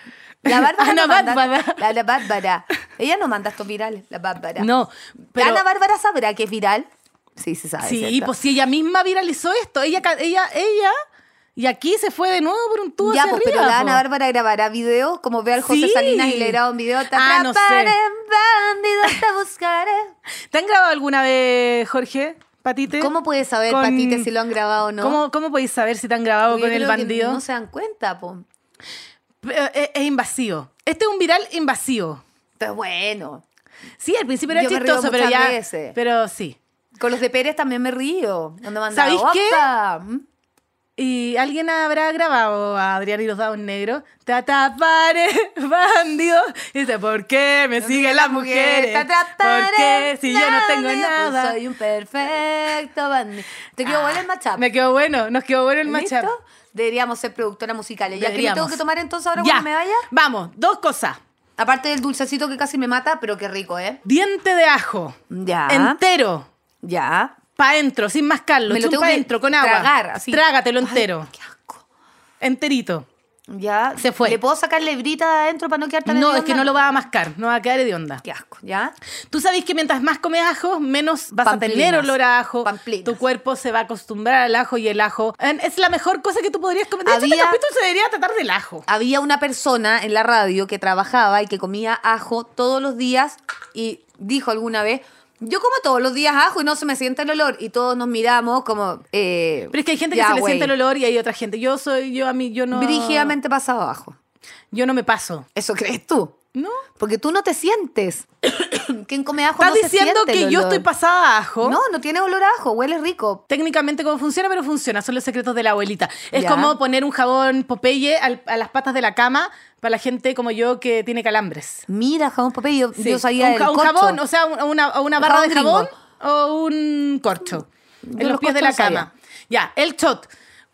S3: La Bárbara.
S1: Ana
S3: no manda-
S1: Bárbara.
S3: La, la Bárbara. Ella no manda estos virales, la Bárbara.
S1: No, pero.
S3: ¿La Ana Bárbara sabrá que es viral? Sí, se sabe.
S1: sí,
S3: ¿cierto?
S1: pues si ella misma viralizó esto. Ella, ca- ella, ella. Y aquí se fue de nuevo por un tubo
S3: Ya,
S1: hacia
S3: pues, pero
S1: arriba,
S3: la Ana
S1: po.
S3: Bárbara grabará videos, como ve al José
S1: Sí.
S3: Salinas y le graba un video. Te
S1: Ah, no sé.
S3: atraparé, bandido, te buscaré.
S1: ¿Te han grabado alguna vez, Jorge? Patite.
S3: ¿Cómo puedes saber,
S1: Con-
S3: Patite, si lo han grabado o no?
S1: ¿Cómo, cómo podéis saber si te han grabado
S3: Porque yo
S1: con el
S3: creo que
S1: bandido?
S3: No se dan cuenta, po.
S1: Eh, eh, Es, invasivo. Este es un viral invasivo.
S3: Pero bueno.
S1: Sí, al principio era
S3: Yo me río
S1: chistoso, pero
S3: muchas
S1: ya.
S3: veces.
S1: Pero sí.
S3: Con los de Pérez también me río. Cuando mandan,
S1: ¿Sabéis qué?
S3: "Opa". ¿Mm?
S1: Y alguien habrá grabado a Adrián y los dados negros. Te atraparé, bandido. Y dice, ¿por qué me siguen las mujeres?
S3: Te atraparé,
S1: ¿Por qué si yo no tengo
S3: bandido, pues
S1: nada? Ah,
S3: Soy un perfecto bandido. Te quiero volver el matchup.
S1: Me quedó bueno, nos quedó bueno el matchup.
S3: ¿Listo? Deberíamos ser productora musicales. Ya que me
S1: Deberíamos.
S3: tengo que tomar entonces ahora
S1: Ya.
S3: cuando me vaya.
S1: Vamos, dos cosas.
S3: Aparte del dulcecito que casi me mata, pero qué rico, ¿eh?
S1: Diente de ajo.
S3: Ya.
S1: Entero.
S3: ya.
S1: Pa' dentro, sin mascarlo.
S3: Me lo tengo
S1: pa'
S3: que
S1: dentro, con agua.
S3: tragar, así.
S1: Trágatelo
S3: Ay,
S1: entero.
S3: qué asco.
S1: Enterito.
S3: Ya.
S1: Se fue.
S3: ¿Le puedo sacar lebrita de adentro para no quedar tan
S1: No, es
S3: hedionda?
S1: que no lo vas a mascar, no va a quedar hedionda.
S3: Qué asco, ¿ya?
S1: Tú sabes que mientras más comes ajo, menos vas a tener
S3: Pamplinas.
S1: olor a ajo.
S3: Pamplinas.
S1: Tu cuerpo se va a acostumbrar al ajo y el ajo eh, es la mejor cosa que tú podrías comer. De hecho, este
S3: Había-
S1: capítulo se debería tratar del ajo.
S3: Había una persona en la radio que trabajaba y que comía ajo todos los días y dijo alguna vez, yo como todos los días ajo y no se me siente el olor. Y todos nos miramos como... eh,
S1: Pero es que hay gente que
S3: ya,
S1: se le
S3: güey.
S1: siente el olor y hay otra gente. Yo soy, yo a mí, yo no.
S3: Brígidamente pasado ajo.
S1: Yo no me paso.
S3: ¿Eso crees tú?
S1: ¿No?
S3: Porque tú no te sientes. ¿Quién come ajo
S1: Estás
S3: no se
S1: diciendo
S3: siente
S1: que
S3: el
S1: yo
S3: olor.
S1: estoy pasada a ajo.
S3: No, no tiene olor a ajo, huele rico.
S1: Técnicamente cómo funciona, pero funciona. Son los secretos de la abuelita. Es
S3: Ya.
S1: como poner un jabón Popeye al- a las patas de la cama para la gente como yo que tiene calambres.
S3: Mira, jabón Popeye, yo,
S1: Sí.
S3: yo sabía
S1: un,
S3: del
S1: ja- un
S3: corcho.
S1: jabón, o sea, un- una, o una
S3: Un
S1: barra de
S3: jabón gringo.
S1: jabón o un corcho en los,
S3: los
S1: pies de la
S3: corchos no
S1: cama. Ya, el shot.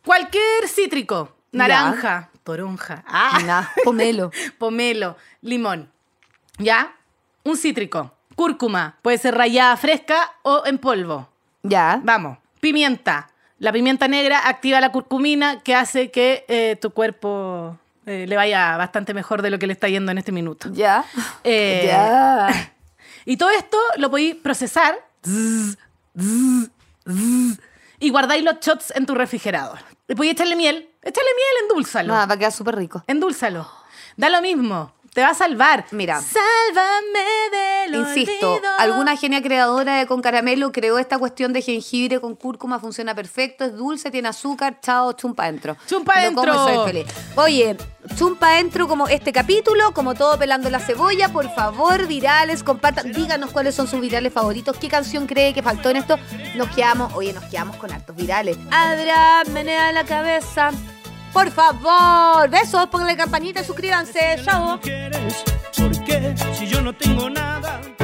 S1: Cualquier cítrico,
S3: Ya.
S1: naranja, toronja, ah,
S3: Nah, pomelo.
S1: pomelo, limón. Ya, un cítrico, cúrcuma, puede ser rallada fresca o en polvo.
S3: Ya.
S1: Vamos, pimienta. La pimienta negra activa la curcumina que hace que eh, tu cuerpo eh, le vaya bastante mejor de lo que le está yendo en este minuto.
S3: Ya.
S1: Eh,
S3: ya.
S1: Y todo esto lo podéis procesar zzz, zzz, zzz, y guardáis los shots en tu refrigerador. Y podéis echarle miel. Échale miel, endulzalo.
S3: Nada, va a quedar súper rico.
S1: Endulzalo. Da lo mismo. Te va a salvar.
S3: Mira.
S1: Sálvame del
S3: Insisto,
S1: olvido.
S3: alguna genia creadora de con caramelo creó esta cuestión de jengibre con cúrcuma, funciona perfecto, es dulce, tiene azúcar, chao, chumpa dentro.
S1: Chumpa dentro.
S3: soy feliz. Oye, chumpa dentro como este capítulo, como todo pelando la cebolla, por favor, virales, compartan, díganos cuáles son sus virales favoritos, qué canción cree que faltó en esto. Nos quedamos, oye, nos quedamos con hartos virales. Adrián, menea la cabeza. Por favor, besos, pónganle campanita, suscríbanse, chao.
S5: quieres? ¿Por qué? Si yo no tengo nada.